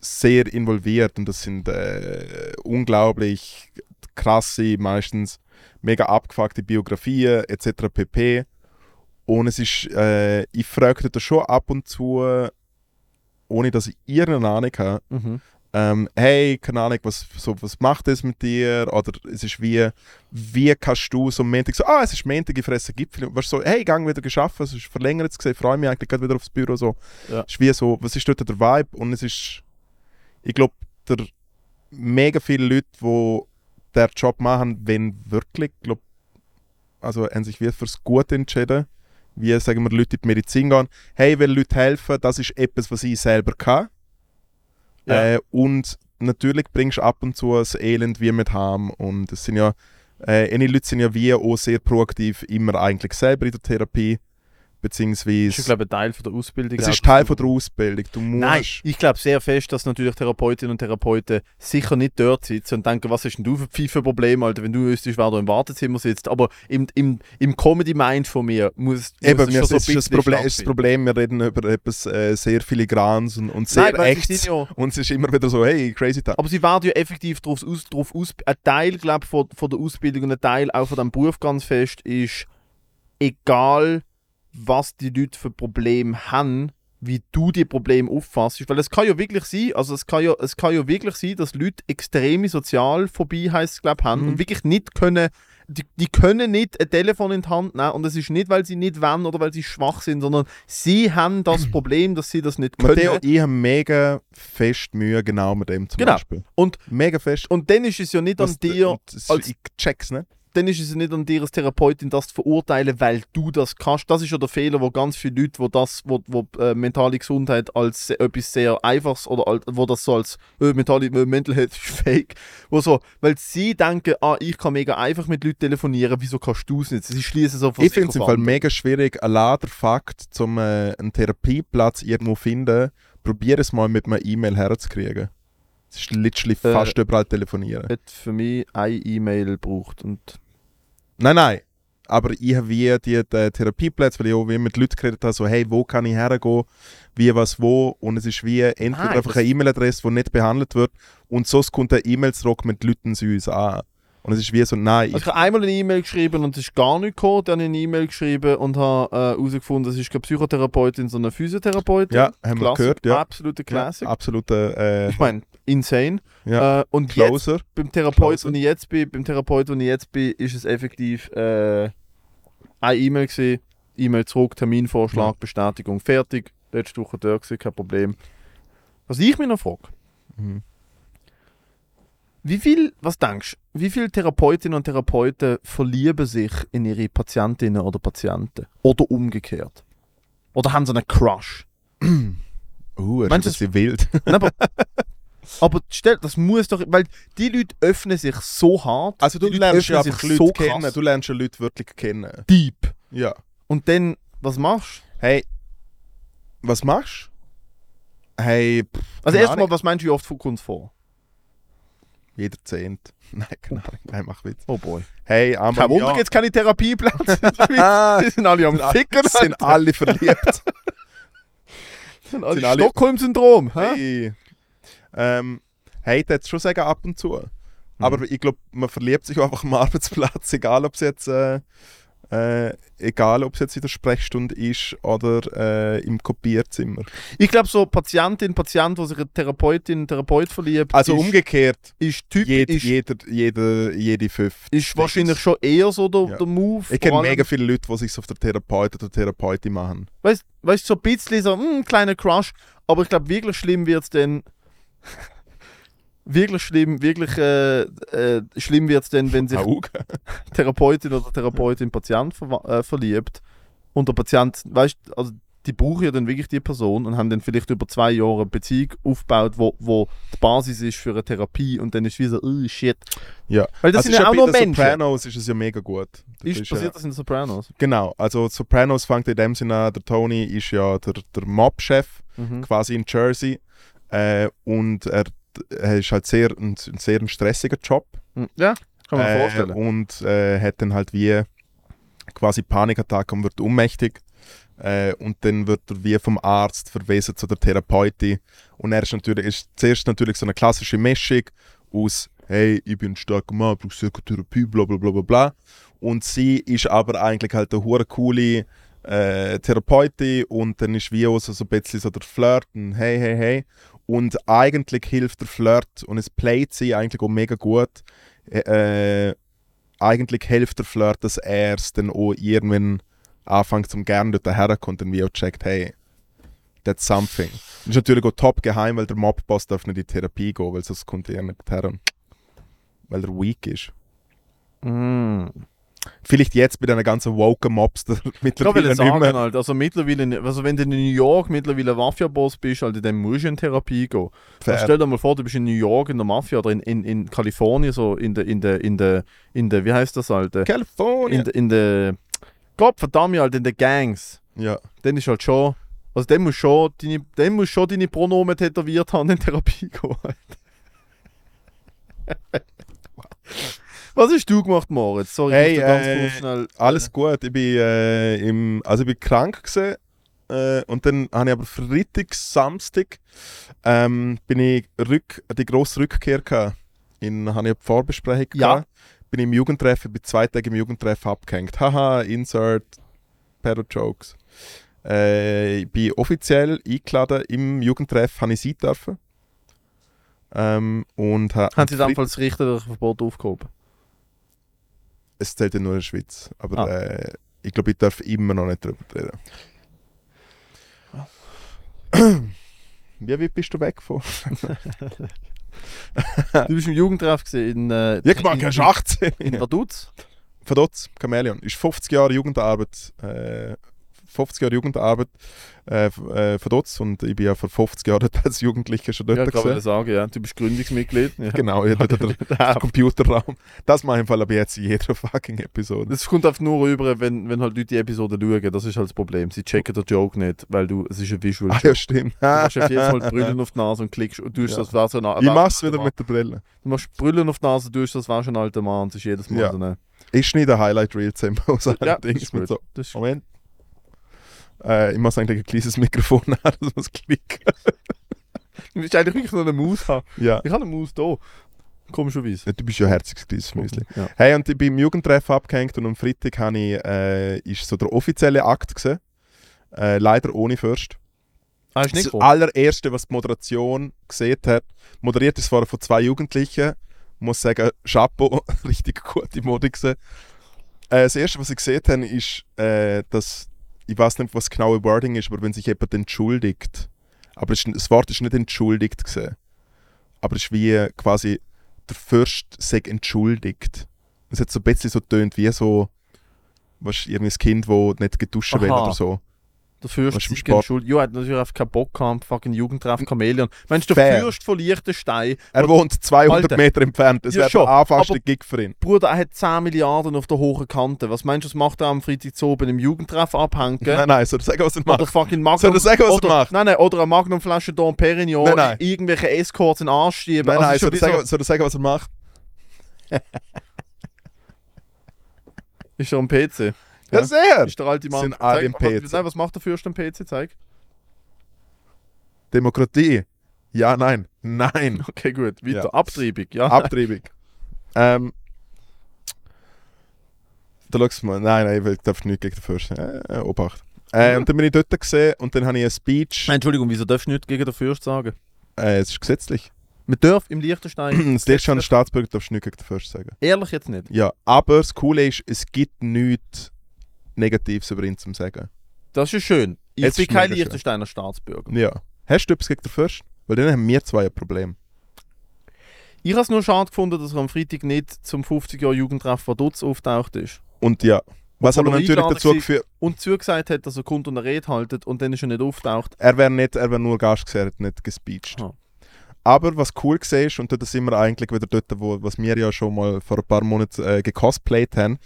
sehr involviert und das sind äh, unglaublich krasse, meistens mega abgefuckte Biografien etc. pp. Und es ist, äh, ich frage das schon ab und zu, ohne dass ich irgendeine Ahnung habe, Mhm. ähm, hey, keine Ahnung, was, so, was macht das mit dir? Oder es ist wie, wie kannst du so am Montag so, ah, es ist Montag, ich fresse Gipfel. Weißt du, so, hey, gang wieder geschafft, es ist verlängert gesehen, ich freue mich eigentlich gerade wieder aufs Büro. So. Ja. Es ist wie so, was ist dort der Vibe? Und es ist, ich glaube, der mega viele Leute, die der Job machen, wenn wirklich, glaub, also haben sich wie fürs Gute entschieden. Wie sagen wir, Leute in die Medizin gehen, hey, will Leute helfen, das ist etwas, was ich selber kann. Ja. Äh, und natürlich bringst du ab und zu das Elend wie mit heim. Und es sind ja, äh, einige Leute sind ja wie auch sehr proaktiv, immer eigentlich selber in der Therapie. Das Beziehungsweise, ist, glaube ich, Teil von der Ausbildung. es ist auch, Teil dass du- von der Ausbildung. Du musst. Nein, ich glaube sehr fest, dass natürlich Therapeutinnen und Therapeuten sicher nicht dort sitzen und denken, was hast denn du für Pfeifenproblem, Alter, wenn du wüsstest, wer da im Wartezimmer sitzt. Aber im, im, im Comedy-Mind von mir muss, muss Eben, es wir, schon es so ein ist, bisschen das Problem, ist das stattfinden. Problem, wir reden über etwas äh, sehr filigranes und, und sehr Nein, weil sie echtes. sind ja- Und es ist immer wieder so, hey, crazy time. Aber sie werden ja effektiv drauf aus, drauf aus, ein Teil, glaube ich, von, von der Ausbildung und ein Teil auch von diesem Beruf ganz fest ist, egal was die Leute für Probleme haben, wie du die Probleme auffasst. Weil es kann ja wirklich sein, also es kann ja, es kann ja wirklich sein, dass Leute extreme Sozialphobie, heisst es, glaube ich, haben Mhm. und wirklich nicht können, die, die können nicht ein Telefon in die Hand nehmen und es ist nicht, weil sie nicht wollen oder weil sie schwach sind, sondern sie haben das Problem, dass sie das nicht können. Matteo, ich habe mega fest Mühe genau mit dem zum Genau. Beispiel. Und- mega fest. Und dann ist es ja nicht an Was- dir... und es- als- ich check's ne? nicht. dann ist es nicht an dir als Therapeutin, das zu verurteilen, weil du das kannst. Das ist ja der Fehler, wo ganz viele Leute, wo das, wo, wo äh, mentale Gesundheit als se- etwas sehr Einfaches oder als, wo das so als äh, mentale äh, Mental Health ist fake, wo so, weil sie denken, ah, ich kann mega einfach mit Leuten telefonieren, wieso kannst du es nicht? Sie schließen so von Ich sich finde es im auf Fall andere. mega schwierig, allein der Fakt, um äh, einen Therapieplatz irgendwo zu finden, probier es mal mit einer E-Mail herzukriegen. Es ist literally Äh. fast überall telefonieren. hat für mich eine E-Mail braucht und Nein, nein. Aber ich habe wie die, die Therapieplätze, weil ich auch wie mit Leuten geredet habe, so hey, wo kann ich hergehen, wie, was, wo. Und es ist wie entweder Ah, einfach das- eine E-Mail-Adresse, die nicht behandelt wird und sonst kommt eine E-Mail zurück mit Leuten zu uns an. Und es ist wie so, nein, Also ich habe einmal eine E-Mail geschrieben und es ist gar nicht gekommen. Dann habe ich eine E-Mail geschrieben und habe äh, herausgefunden, es ist keine Psychotherapeutin, sondern eine Physiotherapeutin. Ja, haben wir Klassik, gehört, ja. Absolute ja, Classic. absoluter äh, Ich meine, insane. Ja. Äh, und jetzt, Closer. beim Therapeut, Closer. wo ich jetzt bin, beim Therapeut, wo ich jetzt bin, ist es effektiv äh, eine E-Mail gewesen, E-Mail zurück, Terminvorschlag, Bestätigung, fertig. Letzte Woche da gewesen, kein Problem. Was ich mich noch frage, Mhm. wie viel, was denkst du, wie viele Therapeutinnen und Therapeuten verlieben sich in ihre Patientinnen oder Patienten? Oder umgekehrt? Oder haben sie einen Crush? Uh, Meinst das du, ist ein bisschen wild. Aber stell, das muss doch, weil die Leute öffnen sich so hart. Also du die lernst ja öffnen einfach sich Leute so kennen, krass. du lernst ja Leute wirklich kennen. deep. Ja. Und dann, was machst Hey, was machst du? Hey, pff, du? Also Keine erstmal, Ahnung. was meinst du, wie oft kommt es vor? jeder Zehnt. Nein, keine Ahnung, nein, mach weiter. Oh boy. Hey, aber Kein Wunder, ja. gibt's keine Therapieplätze. Ah, Die sind alle am Ficken. sind alle verliebt. sind sind alle alle- Also Stockholm-Syndrom. hä? hey. Ähm, hey, ich würde schon sagen, ab und zu. Mhm. Aber ich glaube, man verliebt sich auch einfach am Arbeitsplatz, egal ob es jetzt, äh, äh, egal, ob's jetzt in der Sprechstunde ist oder äh, im Kopierzimmer. Ich glaube, so Patientin, Patient, wo sich eine Therapeutin, Therapeut verliebt, Also ist, umgekehrt, ist Typ, jed, ist, jeder, jede, jede fünf. ist wahrscheinlich schon eher so der, Ja. der Move. Ich kenne vor allem- mega viele Leute, die sich auf der Therapeut oder Therapeutin machen. Weißt du, so ein bisschen so ein kleiner Crush, aber ich glaube, wirklich schlimm wird es dann. wirklich schlimm, wirklich äh, äh, schlimm wird es dann, wenn sich Auge. Therapeutin oder Therapeutin Patient verwa- äh, verliebt und der Patient, weißt du, also die brauchen ja dann wirklich die Person und haben dann vielleicht über zwei Jahre eine Beziehung aufgebaut, wo, wo die Basis ist für eine Therapie und dann ist wie so, oh shit. Ja. Weil das Also sind ja schon auch bei nur den Menschen. Sopranos ist es ja mega gut. Das Ist, ja- passiert das in den Sopranos? Genau, also Sopranos fängt in dem Sinne an, der Tony ist ja der, der Mob-Chef Mhm. quasi in Jersey äh, und er, er ist halt sehr, ein, ein sehr ein stressiger Job. Ja, kann man äh, vorstellen. Und äh, hat dann halt wie quasi Panikattacke und wird ohnmächtig. Äh, und dann wird er wie vom Arzt verwiesen zu der Therapeutin. Und er ist natürlich ist zuerst natürlich so eine klassische Mischung aus «Hey, ich bin ein starker Mann, brauche sehr gute Therapie, bla bla bla bla bla». Und sie ist aber eigentlich halt eine hure coole äh, Therapeutin und dann ist wie auch so, so ein bisschen so der Flirt und «Hey, hey, hey». Und eigentlich hilft der Flirt und es playt sie eigentlich auch mega gut äh, eigentlich hilft der Flirt, dass er es dann auch irgendwann anfängt zum gerne dort herkommt und wie auch checkt, hey, that's something. Und ist natürlich auch top geheim, weil der Mobboss darf nicht in Therapie gehen, weil sonst kommt er nicht her. Weil er weak ist. mm. Mhm. Vielleicht jetzt bei diesen ganzen woken Mobster Ich will mittlerweile jetzt nicht sagen, mehr. halt, also mittlerweile, also wenn du in New York mittlerweile Mafia-Boss bist, also dann musst du in Therapie gehen. Also Fair. stell dir mal vor, du bist in New York in der Mafia oder in, in, in Kalifornien, so in der, in der, in der, in der, wie heißt das, Alter? In Kalifornien. der, in der, Gott verdammt, Alter, halt in der Gangs. Ja. Dann ist halt schon, also dann musst du schon deine, dann musst du schon deine Pronomen tätowiert haben und in Therapie gehen. halt. Alter. Was hast du gemacht, Moritz? Sorry, Hey, ich muss da ganz äh, kurz schnell. Alles gut, ich bin, äh, im, also ich bin krank gewesen, äh, und dann habe ich aber Freitag, Samstag ähm, bin ich rück, die grosse Rückkehr gehabt. In, habe ich eine Vorbesprechung Ja. gehabt. Bin im Jugendtreffen, bin zwei Tage im Jugendtreffen abgehängt. Haha, Insert, Pedo-Jokes. Äh, ich bin offiziell eingeladen im Jugendtreff, habe ich sein dürfen. Ähm, und ha, Haben sie dann als richterliche Verbot aufgehoben? Es zählt ja nur in der Schweiz, aber Ah. äh, ich glaube, ich darf immer noch nicht darüber reden. Wie weit bist du weg von? Du bist im Jugendtreff gewesen in. Äh, Ich mag in, erst 18. in Vaduz. Verdutz, Chamäleon, ist 50 Jahre Jugendarbeit, äh, 50 Jahre Jugendarbeit äh, f- äh, Verdutz und ich bin ja vor 50 Jahren dort als Jugendlicher schon dort Ja, kann man gewesen. sagen, ja. Du bist Gründungsmitglied. Ja. Genau, ich hatte den Ja. Computerraum. Das mache ich im Fall aber jetzt in jeder fucking Episode. Das kommt einfach nur rüber, wenn, wenn halt Leute die Episode schauen. Das ist halt das Problem. Sie checken den Joke nicht, weil du. Es ist ein Visual Ah Joke. ja, stimmt. Du machst jetzt jedes Mal die Brüllen auf die Nase und klickst und tust Ja. das wäre so ein alter Ich mach's wieder mit der Brille. Du machst Brüllen auf die Nase, tust das wäre schon ein alter Mann. Das ist jedes Mal Ja. so eine. Ist nicht ein Highlight-Reel zusammen aus allen Ja, Dings ist mit gut. so. Das ist, Moment. Äh, ich muss eigentlich ein kleines Mikrofon haben, das muss klicken. du musst eigentlich wirklich nur eine Maus haben. Ja. Ich habe eine Maus da. Komischerweise. Ja, Du bist ja herzig kleines Müsli. Ja. Hey, und ich bin im Jugendtreff abgehängt und am Freitag habe ich, äh, ist so der offizielle Akt gesehen. Äh, leider ohne Fürst. Ah, ist nicht Das so, allererste, was die Moderation gesehen hat, moderiert ist vorher von zwei Jugendlichen. Muss sagen, Chapeau, richtig gute Mode gesehen. Äh, das erste, was ich gesehen habe, ist, äh, dass ich weiß nicht, was das genaue Wording ist, aber wenn sich jemand entschuldigt, aber es, ist- das Wort ist nicht entschuldigt gesehen, aber es ist wie äh, quasi der Fürst sei entschuldigt. Es hat so ein bisschen so tönt wie so, was irgendwie ein Kind, wo nicht geduscht Aha. will oder so. Der Fürst Was ist im ist Sport? entschuldigt. Ja, er hat natürlich einfach keinen Bock gehabt, fucking Jugendtreff Chamäleon. Meinst du, der Fair. Fürst von Liechtenstein, Er wohnt 200 Alter. Meter entfernt. Es Ja, wäre schon, der anfasste aber- Gig für ihn. Bruder, er hat 10 Milliarden auf der hohen Kante. Was meinst du, was macht er am Freitag zu oben im Jugendtreff abhängen? Nein, nein, soll er sagen, was er Oder macht? fucking Magnum. Soll er sagen, was er oder, macht? Nein, nein, oder eine Magnumflasche Dom Perignon, Nein, nein. irgendwelche Escorts in den Arsch schieben. Nein, Also nein, schon soll er, wie so- sagen, soll er sagen, was er macht? Ist er am PC? Ja, Ja. sehr! Ist der alte Mann. Sind alle Zeig- am warte, PC. Nein, was macht der Fürst am PC? Zeig. Demokratie. Ja, nein. Nein. Okay, gut. Weiter. Ja. Abtreibung, ja. Abtreibung. ähm. Da schau mal. Nein, nein, ich darf nichts gegen den Fürst. Äh, Obacht. Äh, und dann bin ich dort gesehen und dann habe ich eine Speech. Nein, Entschuldigung, wieso darfst du nichts gegen den Fürst sagen? Äh, es ist gesetzlich. Man darf im Liechtenstein, Das letzte an Staatsbürger darfst du nichts gegen den Fürst sagen. ehrlich jetzt nicht. Ja, aber das Coole ist, es gibt nichts Negatives über ihn zu sagen. Das ist schön. Ich Jetzt bin ist kein mega schön. Liechtensteiner Staatsbürger. Ja. Hast du etwas gegen den Fürst? Weil dann haben wir zwei ein Problem. Ich habe es nur schade gefunden, dass er am Freitag nicht zum 50-Jahr-Jugendtreff von Dutz auftaucht ist. Und ja, was Obwohl aber er natürlich eingeladen dazu war. geführt Und zugesagt hat, dass er kommt und eine Rede haltet und dann ist er nicht auftaucht. er wäre nicht, er wäre nur Gast gewesen, er hat nicht gespeecht. Ah. Aber was cool war, ist, und dort sind wir eigentlich wieder dort, wo, was wir ja schon mal vor ein paar Monaten äh, gecosplayt haben,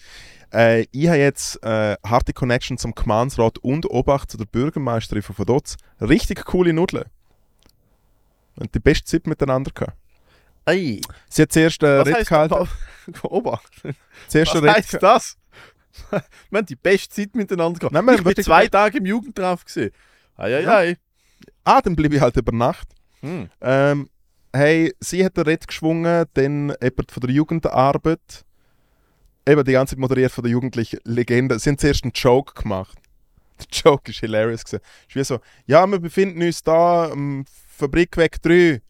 äh, ich habe jetzt äh, harte Connection zum Gemeinsrat und Obacht zu der Bürgermeisterin von Vaduz. Richtig coole Nudeln. Und die beste Zeit miteinander gehabt. Ey, Sie hat zuerst äh, was Rede heißt gehalten. Obacht, Zuerst was eine Rede heißt das? wir haben die beste Zeit miteinander gehabt. Nein, wir haben ich bin wirklich- zwei Tage im Jugendtreff gesehen. Ei, ei, Ja. ei. Ah, dann bleibe ich halt über Nacht. Hm. Ähm, hey, sie hat den Red geschwungen, dann jemand von der Jugendarbeit. Eben die ganze Zeit moderiert von der jugendlichen Legende. Sie haben zuerst einen Joke gemacht. Der Joke ist hilarious. Gewesen. Ist wie so, ja, wir befinden uns da am Fabrikweg 3.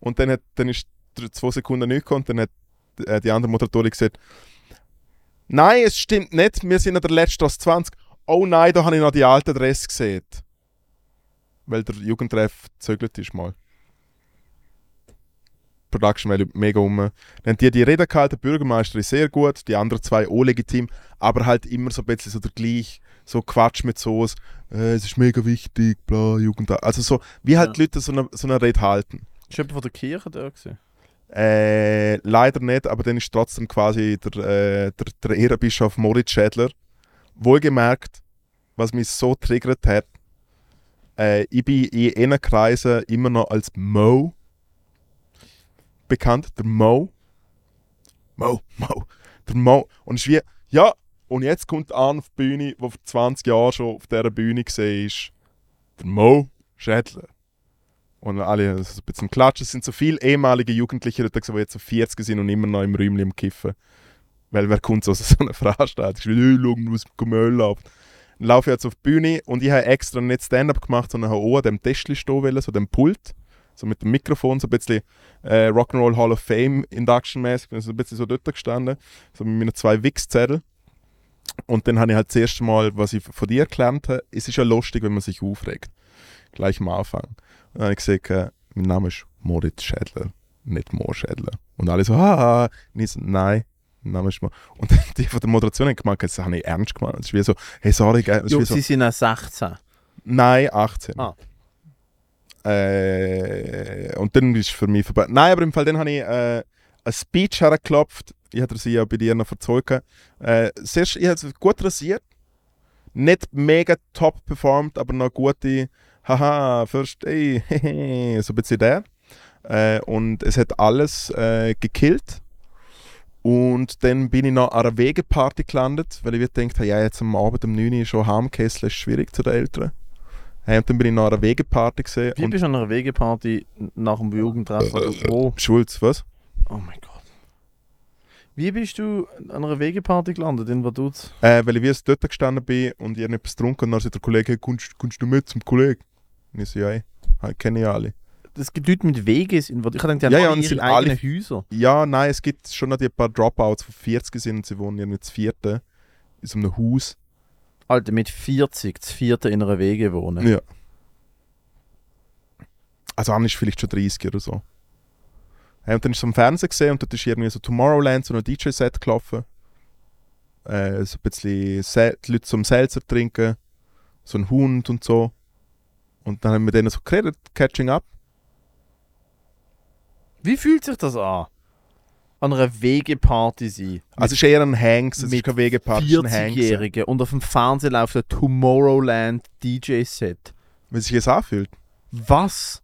Und dann, hat, dann ist dr- zwei Sekunden nichts gekommen und dann hat äh, die andere Moderatorin gesagt, nein, es stimmt nicht, wir sind an der Letztstrasse 20. Oh nein, da habe ich noch die alte Adresse gesehen. Weil der Jugendtreff zögert ist mal. Production Value mega um. Dann haben die die Rede gehalten, die Bürgermeisterin sehr gut, die anderen zwei auch legitim, aber halt immer so ein bisschen so der gleich, so Quatsch mit Soße, äh, es ist mega wichtig, bla, Jugend. Also so, wie halt die Leute so eine, so eine Rede halten. Ist jemand von der Kirche da gewesen? Äh, leider nicht, aber dann ist trotzdem quasi der, äh, der, der Ehrenbischof Moritz Schädler. Wohlgemerkt, was mich so triggert hat, äh, ich bin in ihren Kreisen immer noch als Mo bekannt. Der Mo. Mo, Mo. Der Mo. Und es ist wie, ja, und jetzt kommt an auf die Bühne, die vor 20 Jahren schon auf dieser Bühne gesehen ist. Der Mo Schädler. Und alle haben so ein bisschen klatschen. Es sind so viele ehemalige Jugendliche, dort gewesen, die jetzt so 40 sind und immer noch im Räumchen im Kiffen. Weil wer kommt so aus so einer Veranstaltung? Ich will, hey, schau mal, was mit Gemüll ab. laufe ich jetzt auf die Bühne und ich habe extra nicht Stand-up gemacht, sondern habe auch an dem Tischli stehen wollen, so dem Pult, so mit dem Mikrofon, so ein bisschen äh, Rock'n'Roll Hall of Fame Induction-mäßig, bin so ein bisschen so dort gestanden, so mit meinen zwei Wix-Zetteln. Und dann habe ich halt das erste Mal, was ich von dir gelernt habe, es ist ja lustig, wenn man sich aufregt. Gleich am Anfang. Und dann habe ich gesagt, äh, mein Name ist Moritz Schädler, nicht Moor Schädler. Und alle so, haha. Und ich so, nein, mein Name ist Moor. Und die von der Moderation haben gemeint, das habe ich ernst gemeint. Es ist wie so, hey, sorry, gell. Es ist Jo, wie so, sie sind auch 16. nein, 18. Ah. Äh, und dann ist für mich vorbei. Nein, aber im Fall, dann habe ich äh, eine Speech hergeklopft. Ich hatte sie ja bei dir noch verzogen. Äh, sehr, sch- ich habe es gut rasiert. Nicht mega top performt, aber noch gute Haha, verstehe. hehe, so ein bisschen der. Äh, und es hat alles äh, gekillt. Und dann bin ich noch an einer Wegeparty gelandet, weil ich mir gedacht habe, ja, jetzt am Abend um 9 Uhr ist schon heimkesseln, ist schwierig zu den Eltern. Hey, und dann bin ich noch an einer Wegeparty gesehen. Wie und- bist du an einer Wegeparty nach dem Jugendtreffen? oder wo? Schulz, was? Oh mein Gott. Wie bist du an einer Wegeparty gelandet in Vaduz? Äh, weil ich wie es dort gestanden bin und ich habe etwas getrunken und dann sagt der Kollege, hey, kommst, kommst du mit zum Kollegen? Und ich so, ja, ey, halt, kenne ich alle. Das gibt Leute mit Weges in Vaduz. Ich denke, die haben Ja, ja, alle und ihre sind alle- eigenen Häuser. Ja, nein, es gibt schon noch die paar Dropouts von 40 sind und sie wohnen irgendwie zu vierten in so einem Haus. Alter, mit 40 das vierte in einer Wege wohnen. Ja. Also Anne ist vielleicht schon 30 oder so. Hey, und dann ist es am Fernsehen gesehen und dort ist irgendwie so Tomorrowland, so ein DJ-Set gelaufen. Äh, so ein bisschen Sel die Leute zum Seltzer trinken, so ein Hund und so. Und dann haben wir mit denen so geredet, Catching Up. Wie fühlt sich das an? An einer Wegeparty sein. Also es ist eher ein Hanks, es ist mit kein Wegeparty, es ist ein Hanks. 40-Jährige und auf dem Fernsehen läuft ein Tomorrowland DJ-Set. Wie sich das anfühlt. Was?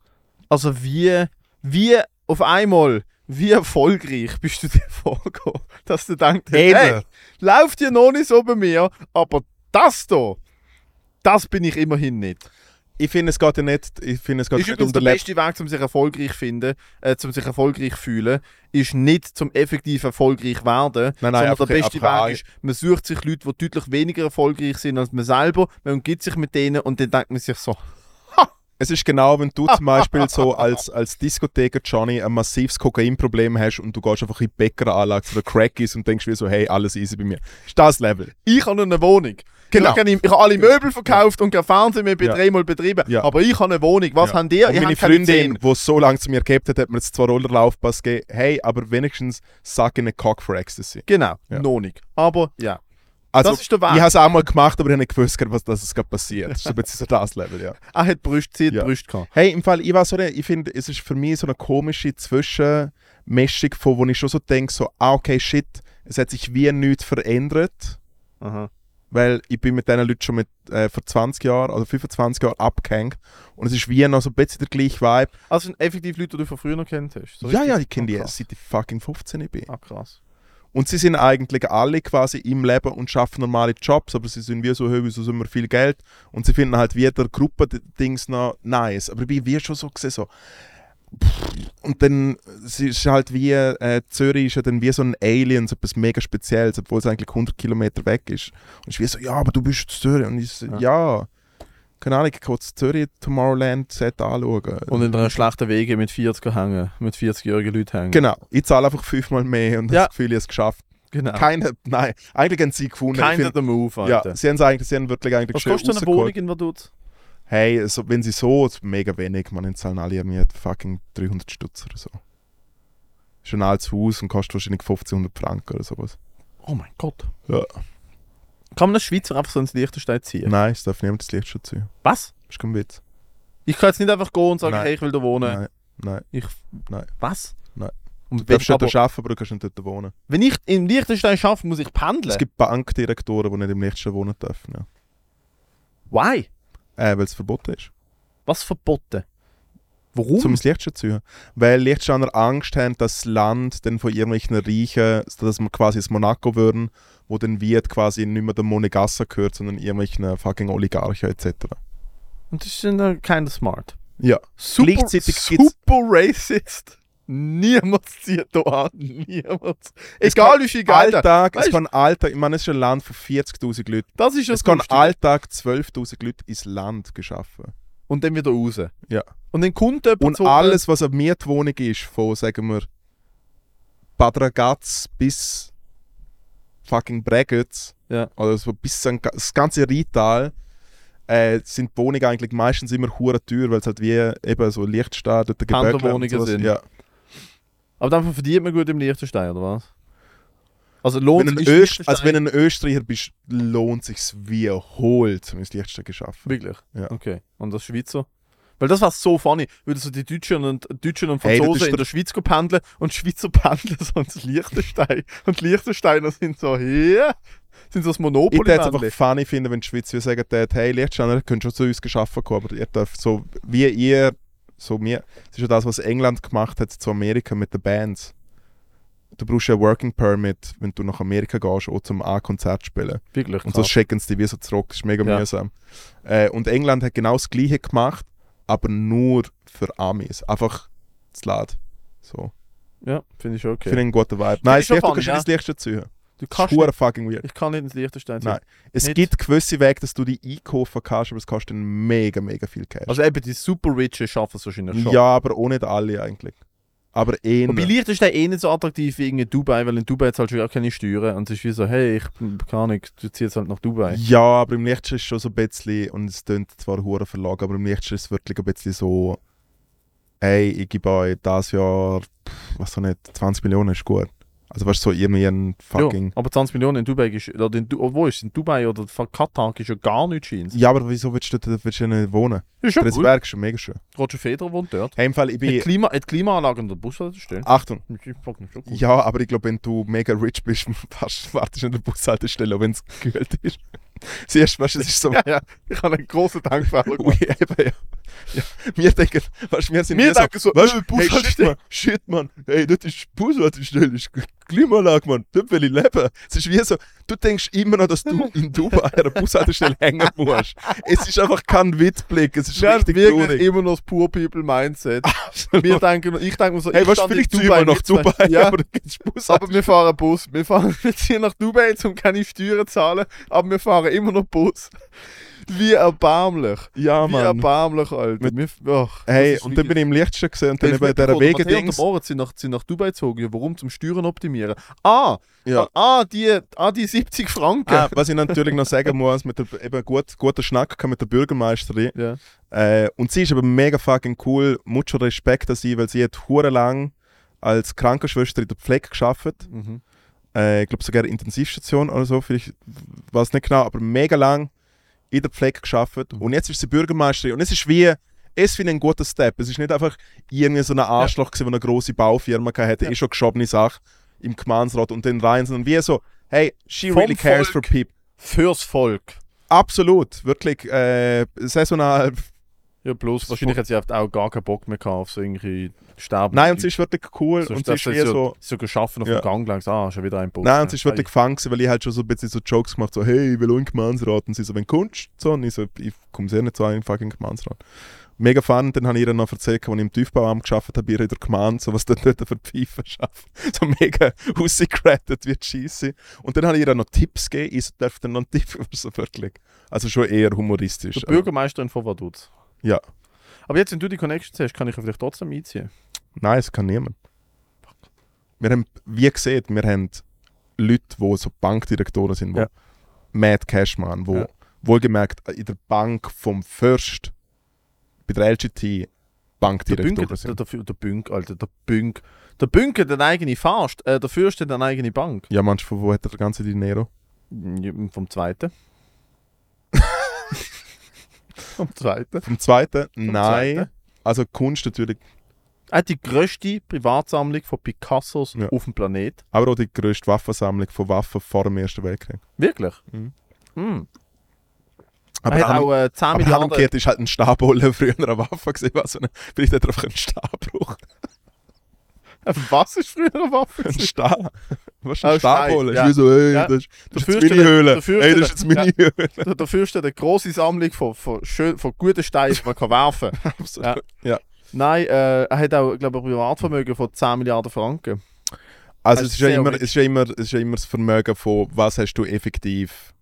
Also wie, wie auf einmal, wie erfolgreich bist du dir vorgekommen, dass du denkst, hey, Eben. läuft ja noch nicht so bei mir, aber das da, das bin ich immerhin nicht. Ich finde, es geht ja nicht, ich finde, es geht ist nicht übrigens um der den Laptop. beste Weg, um sich erfolgreich finden, äh, um sich erfolgreich fühlen, ist nicht zum effektiv erfolgreich werden, sondern Nein, nein, der einfach- beste einfach Weg ist, man sucht sich Leute, die deutlich weniger erfolgreich sind als man selber, man gibt sich mit denen und dann denkt man sich so, Es ist genau, wenn du zum Beispiel so als, als Diskotheker Johnny ein massives Kokainproblem hast und du gehst einfach in die Bäckeranlage oder Crackies und denkst wie so, hey, alles easy bei mir. Ist das Level. ich habe eine Wohnung. Genau. Ich habe, keine- ich habe alle Möbel verkauft und kein Fernsehen mehr bei Ja. dreimal betrieben. Ja. Aber ich habe eine Wohnung. Was Ja. haben die? und Ich meine habe keine Freundin, zehn. die so lange zu mir gehabt hat, hat mir jetzt zwei Rollerlaufpass gegeben. Hey, aber wenigstens sag in einen Cock for Ecstasy. Genau, Ja. noch nicht. Aber ja. Also, Das ist der Weg. Ich habe es auch mal gemacht, aber ich habe nicht gewusst, was das es gerade passiert. Das ist ein bisschen so das Level, ja. Er hat Brüste, sie hat Ja. Brüste gehabt. Hey, im Fall, ich weiß so nicht, ich finde, es ist für mich so eine komische Zwischenmischung, von wo ich schon so denke, so, ah, okay, shit, es hat sich wie nichts verändert, Aha. weil ich bin mit diesen Leuten schon mit, äh, vor 20 Jahren oder 25 Jahren abgehängt und es ist wie noch so ein bisschen der gleiche Vibe. Also sind effektiv Leute, die du von früher noch kennt hast. So ja, richtig? ja, ich kenne die Ah, krass. erst, seit ich fucking 15 ich bin. Ah, krass. Und sie sind eigentlich alle quasi im Leben und schaffen normale Jobs, aber sie sind wie so höher, wieso sind wir viel Geld. Und sie finden halt wie der Gruppe-Dings noch nice. Aber ich bin wie schon so gesehen, so. pff. Und dann sie ist halt wie, äh, Zürich ist ja dann wie so ein Alien, so etwas mega Spezielles, obwohl es eigentlich 100 Kilometer weg ist. Und ich bin so, ja, aber du bist zu Zürich. Und ich so, Ja. ja. Keine Ahnung, ich kann zu Zürich Tomorrowland set anschauen. Und in einer schlechten Wege mit 40 hängen, mit 40-jährigen Leuten hängen. genau, ich zahle einfach fünfmal mehr und Ja. das Gefühl, ich habe es geschafft. genau. Keine, nein, eigentlich haben sie gefunden. Ich Keiner find- der Move, Alter. Ja, sie haben es eigentlich, sie haben wirklich eigentlich Was schön kostet eine Wohnung rausgeholt. in Vaduz? Hey, also, wenn sie so, ist mega wenig, man in zahlen alle irgendwie fucking 300 Stutz oder so. Ist ein altes Haus und kostet wahrscheinlich 1500 Franken oder sowas. Oh mein Gott. Ja. Kann man als Schweizer einfach so ins Liechtenstein ziehen? Nein, es darf niemand das Licht schon ziehen. Was? Ist kein Witz. Ich kann jetzt nicht einfach gehen und sagen, Nein. hey, ich will da wohnen. Nein, nein. Ich, Nein. Was? Nein. Und Du wenn, darfst dort aber, arbeiten, aber du kannst nicht dort wohnen. wenn ich im Liechtenstein schaffe, muss ich pendeln. Es gibt Bankdirektoren, die nicht im Lichtstein wohnen dürfen. Ja. Why? Äh, weil es verboten ist. Was verboten? Warum? zum ins Licht zu ziehen. Weil Lichtsteiner Angst haben, dass das Land dann von irgendwelchen Reichen, dass wir quasi ins Monaco würden, wo dann wird quasi nicht mehr der Monegasse gehört, sondern irgendwelchen fucking Oligarchen etc. Und das ist dann kind of smart. Ja. Super, Gleichzeitig gibt's- super racist. Niemand zieht hier an. Niemand. Egal wie viel Geld. er- Alltag, es Weißt- kann Alltag, ich meine, es ist ein Land von 40.000 Leuten. Das ist Es kann Lustige. Alltag 12.000 Leute ins Land geschaffen. Und dann wieder raus. Ja. Und dann kommt jemand Und zu- alles, was eine Mietwohnung ist, von, sagen wir, Bad Ragaz bis fucking Bregenz, Ja. oder so bis St. Ga- das ganze Rheintal, äh, sind die Wohnungen eigentlich meistens immer hure teuer, weil es halt wie eben so Lichtstadt oder Pendlerwohnungen sind. Ja. Aber dann verdient man gut im Liechtenstein, oder was? Also lohnt Wenn ein ist Öst, also Liechtenstein- wenn ein Österreicher bist, lohnt sich's wie holt, um ins Lichtstadt geschaffen. Wirklich? Ja. Okay. Und das Schweizer? Weil das war so funny, würden so die Deutschen und, Deutschen und Hey, das Franzosen ist in der- der Schweiz go pendeln und die Schweizer pendeln so ins Liechtenstein. Und die Liechtensteiner sind so, hier, sind so das Ich monopoly würde es einfach funny finden, wenn die Schweiz wie sagen tät, hey, Lichtsteiner, ihr könnt schon zu uns geschaffen kommen, aber ihr dürft so, wie ihr, so mir, das ist ja das, was England gemacht hat zu Amerika mit den Bands. Du brauchst ja ein Working Permit, wenn du nach Amerika gehst, auch zum A-Konzert spielen. Wirklich Und krass. sonst schicken sie dich wie so zurück, das ist mega Ja. mühsam. Äh, und England hat genau das Gleiche gemacht, aber nur für Amis. Einfach das Lad. So. Ja, finde ich okay. Finde ich einen guten Vibe. Nein, ich ich schon du funny, kannst ja. ins Lichtste ziehen. du Das ist kannst nicht, hure fucking weird. ich kann nicht ins Liechtenstein ziehen. Nein. Es Nicht. gibt gewisse Wege, dass du die einkaufen kannst, aber es kostet dann mega, mega viel Cash. Also eben, die super Richen schaffen es wahrscheinlich schon. ja, aber auch nicht alle eigentlich. Aber eh Wobei nicht. Liechtenstein eh nicht so attraktiv wie in Dubai, weil in Dubai zahlst du ja keine Steuern und es ist wie so, hey, ich kann nicht, du ziehst halt nach Dubai. Ja, aber im Lichtsten ist schon so ein bisschen, und es tönt zwar hure Verlag, aber im Lichtsten ist es wirklich ein bisschen so, hey, ich gebe euch das Jahr, pff, was so nicht, 20 Millionen ist gut. Also weißt du, so irgendwie ein fucking... Ja, aber 20 Millionen in Dubai ist, oder in, Du- oh, wo ist in Dubai oder fuck Katar ist ja gar nichts scheint. Ja, aber wieso willst du dort willst du ja nicht wohnen? Ist ja cool. Dresberg ist schon mega schön. Roger Federer wohnt dort. Hey, im Fall, ich Hat die bin... Klima, hat die Klimaanlage an der Bushaltestelle. Achtung! Das ist fucking schon cool. Ja, aber ich glaube, wenn du mega rich bist, wartest wartest du an der Bushaltestelle, auch wenn es gekühlt ist. Siehst du, weißt, du, es ist so. Ja, ja, ich habe einen grossen Dankfehler Ui, gemacht. eben, ja. ja. Wir denken, weißt, du, wir sind Wir wie so, denken so, weißt, äh, du, hey, shit, Bushaltestelle. man, shit, man, hey, das ist Bushaltestelle, ist Klimaanlage, man, dort will ich leben. Es ist wie so, du denkst immer noch, dass du in Dubai an einer Bushaltestelle hängen musst. Es ist einfach kein Witzblick, es ist Wir haben richtig wirklich traurig. immer noch das Poor People Mindset. Wir denken, ich denke mir so, Hey, ich weißt, du, stand in vielleicht ziehen wir nach mit zwei- Dubai, Ja, aber dann gibt's Bus aber wir fahren Bus. Wir fahren jetzt hier nach Dubai, um keine Steuern zu zahlen, aber wir fahren immer noch Bus. Wie erbärmlich. Ja, Wie erbärmlich, Alter. Ah, Mit- Wir, ach, Hey, das ist und dann bin ich im Lichtsten gesehen und dann Hey, eben ich dieser mitbekommen, der Matteo Wegedings. und der Moritz sind nach, sind nach Dubai gezogen. Ja, warum? Zum Steuern optimieren. Ah, Ja. ah, die, ah, die 70 Franken. Ah, was ich natürlich noch sagen muss, mit der, eben gut, guter Schnack gehabt mit der Bürgermeisterin. Ja. Äh, und sie ist aber mega fucking cool. Mucho Respekt an sie, weil sie hat hure lang als Krankenschwester in der Pflege gearbeitet. Mhm. Äh, ich glaube sogar Intensivstation oder so, vielleicht weiß nicht genau, aber mega lang in der Pflege gearbeitet. Und jetzt ist sie Bürgermeisterin. Und es ist wie, es finde ich ein guter Step. Es ist nicht einfach irgendwie so ein Arschloch, gewesen, der eine große Baufirma hatte, Ja. eh schon geschobene Sache im Gemeinsrat und den rein, sondern wie so, hey, she Vom really cares Volk. for people. Fürs Volk. Absolut, wirklich. Äh, saisonal. Ja, bloß wahrscheinlich hat sie halt auch gar keinen Bock mehr gehabt auf so irgendwie Sterben. Nein, und sie ist wirklich cool. so, und sie ist eher Mhm. so. so geschaffen auf Ja. dem Gang lang. Ah, schon wieder ein Ah, Bus. Nein, und sie ist wirklich gefangen, weil ich halt schon so ein bisschen so Jokes gemacht so, hey, ich will auch in den Gemeinsrat. Und sie so, wenn du kommst, so, und ich so, ich komme sehr nicht so in den fucking Gemeinsrat. Mega fun, und dann habe ich ihr noch erzählt, als ich im Tiefbauamt gearbeitet habe, bei ihr in der Gemeinde, so was dort dort für die Pfeife schafft. So mega rausgerettet wird scheisse. Und dann habe ich ihr noch Tipps gegeben, ich so, darf dann noch einen Tipp, so wirklich. Also schon eher humoristisch. Der Bürgermeisterin von Vaduz. Ja. Aber jetzt, wenn du die Connections hast, kann ich ja vielleicht trotzdem einziehen. Nein, es kann niemand. Wir haben, wie gesagt, wir haben Leute, die so Bankdirektoren sind, die Ja. Mad Cash machen, wo Ja. wohlgemerkt in der Bank vom Fürst bei der LGT Der Bünke, Bankdirektoren der, sind. der, der Bünk, Alter, der Bünk. Der Bünk hat eine eigene Fast, äh, der Fürst hat eine eigene Bank. Ja, manchmal, von wo hat er das ganze Dinero? Vom zweiten. Vom zweiten. Vom zweiten? Nein. zweiten? Also Kunst natürlich, Er hat die grösste Privatsammlung von Picassos Ja. auf dem Planet. aber auch die grösste Waffensammlung von Waffen vor dem Ersten Weltkrieg. Wirklich? Mhm. Hm. Aber, er hat aber, auch äh, 10 aber Milliarden. umgekehrt ist halt ein Stabholen früher eine Waffe gewesen. weiss ich nicht. Vielleicht hat er einfach einen Stab gebraucht. Äh, Was ist früher eine Waffe? Ein gewesen? Stahl. Was ist Ah, Stein, ein Stahlbohlen? ja. Ich bin so, ey, Ja. das ist, das Der ist jetzt meine Fürst- Höhle. der Fürst- Ey, das ist jetzt meine Höhle. der, der Fürst hat eine grosse Sammlung von, von, schön, von guten Steinen, die man kann werfen kann. Absolut. Ja. Nein, äh, er hat auch, glaube ich, ein Privatvermögen von 10 Milliarden Franken. Also Also es ist, ja sehr immer, rich. es, ist ja immer, es ist ja immer das Vermögen von, was hast du effektiv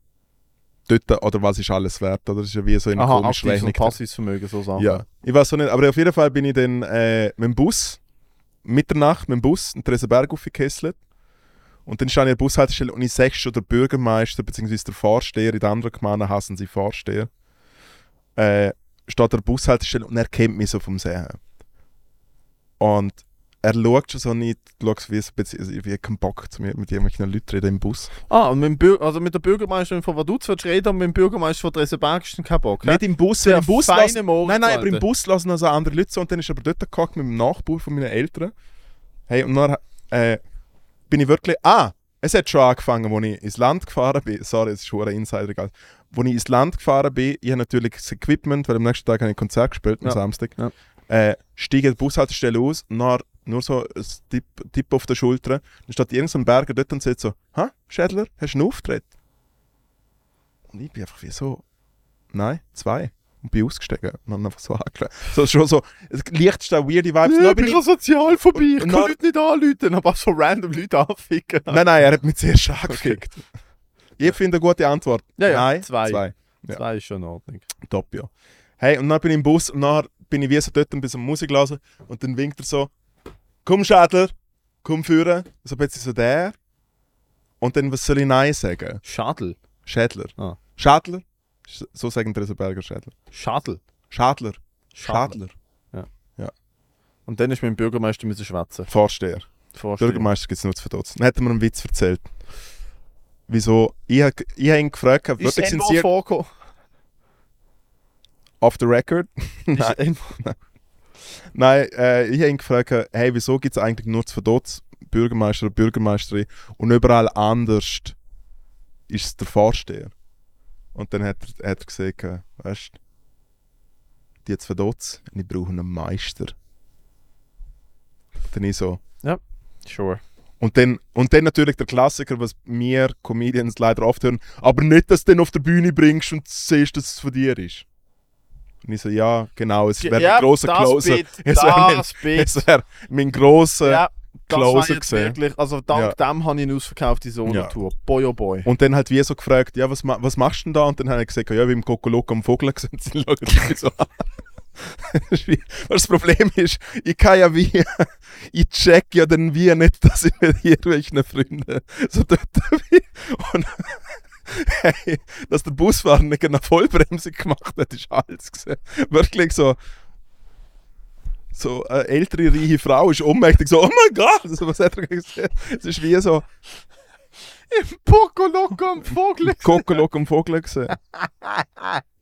dort oder was ist alles wert. Oder? Das ist ja wie so eine Aha, komische aktives Rechnung. und passives Vermögen, so Sachen. Ja, ich weiß auch nicht. Aber auf jeden Fall bin ich dann äh, mit dem Bus, Mitternacht mit dem Bus, in Tresenberg aufgekesselt. Und dann stand ich an der Bushaltestelle und ich sehe schon der Bürgermeister bzw. der Vorsteher, in den anderen Gemeinden hassen sie Vorsteher, äh, steht an der Bushaltestelle und er kennt mich so vom Sehen. Und er schaut schon so nicht, schaut so wie so ein bisschen, also ich habe keinen Bock, zu mir- mit irgendwelchen Leuten zu reden im Bus. Ah, und mit dem, Bür also mit der Bürgermeisterin von Vaduz willst du reden und mit dem Bürgermeister von Dresenberg ist dann kein Bock. Nicht im Bus, weil im Bus feine lassen- Mord, Nein, nein, aber im Alter. Bus lassen noch so andere Leute so und dann ist aber dort gehockt mit dem Nachbar von meinen Eltern. Hey, und dann äh, bin ich wirklich... Ah, es hat schon angefangen, als ich ins Land gefahren bin. Sorry, es ist schon ein Insider, egal. Als ich ins Land gefahren bin, ich habe natürlich das Equipment, weil am nächsten Tag habe ich ein Konzert gespielt, am Ja, Samstag. ja. Äh, steige an der Bushaltestelle aus, dann nur so ein Tipp, Tipp auf der Schulter. Dann steht irgend so ein Berger dort und sagt so, «Hä, Schädler, hast du einen Auftritt?» Und ich bin einfach wie so... Nein, zwei. Und bin ausgestiegen und dann einfach so angelegt. So, schon so, es liegt da weirde Vibes. Ja, Dann ich bin bin ich, schon sozial vorbei, ich kann Nein. Leute nicht anrufen, aber so random Leute anficken. nein, nein, er hat mich zuerst angefickt. Ich finde eine gute Antwort. Ja, ja, nein, zwei. zwei. ja. Das ist schon in Ordnung. Top, ja. Hey, und dann bin ich im Bus und dann bin ich wie so dort ein bisschen Musik hören und dann winkt er so, komm Schädler, komm führen. So ein bisschen so der. Und dann, was soll ich Nein sagen? Schadel. Schädler. Ah. Schädler? Sch- So sagen Dresenberger Schädler. Schadel. Schädler. Schadel. Schädler. Und dann ist mit dem Bürgermeister müssen schwätzen. Vorsteher. Vorstellen. Bürgermeister gibt es nur zu verdutzen. Dann hat er mir einen Witz erzählt. Wieso? Ich habe ich hab ihn gefragt, ob Ist wirklich das sind sie vorgekommen? off the record? Ist N- Nein, äh, ich habe ihn gefragt, hey, wieso gibt es eigentlich nur zu verdutzen Bürgermeister und Bürgermeisterin und überall anders ist es der Vorsteher. Und dann hat er, hat er gesagt, weißt du, die zu verdutzen, ich brauche einen Meister. Dann ich so, Sure. Und dann, und dann natürlich der Klassiker, was wir Comedians leider oft hören, aber nicht, dass du den auf der Bühne bringst und siehst, dass es von dir ist. Und ich so, ja, genau, es wäre Ja, ein grosser das Closer. bitte, Es wäre mein, das bitte. es wär mein grosser. Ja, das war Closer jetzt gesehen. wirklich, also dank dem habe ich eine ausverkaufte Ja. Solo-Tour. Boy oh boy. Und dann halt wie so gefragt, ja, was, ma- was machst du denn da? Und dann habe ich gesagt, ja, wie im Kokoloko am Vogel gesehen sind, schauen sie mich so an. Das ist wie- Was das Problem ist, ich kann ja wie, ich check ja dann wie nicht, dass ich mit irgendwelchen Freunden so dort bin. Und hey, dass der Busfahrer nicht eine Vollbremse gemacht hat, ist alles gesehen. Wirklich so, so eine ältere, reiche Frau ist ohnmächtig, so, oh mein Gott, also, was hat er gesehen? Es ist wie so, Poco loco am Vogel. Kokolok am Vogel gesehen.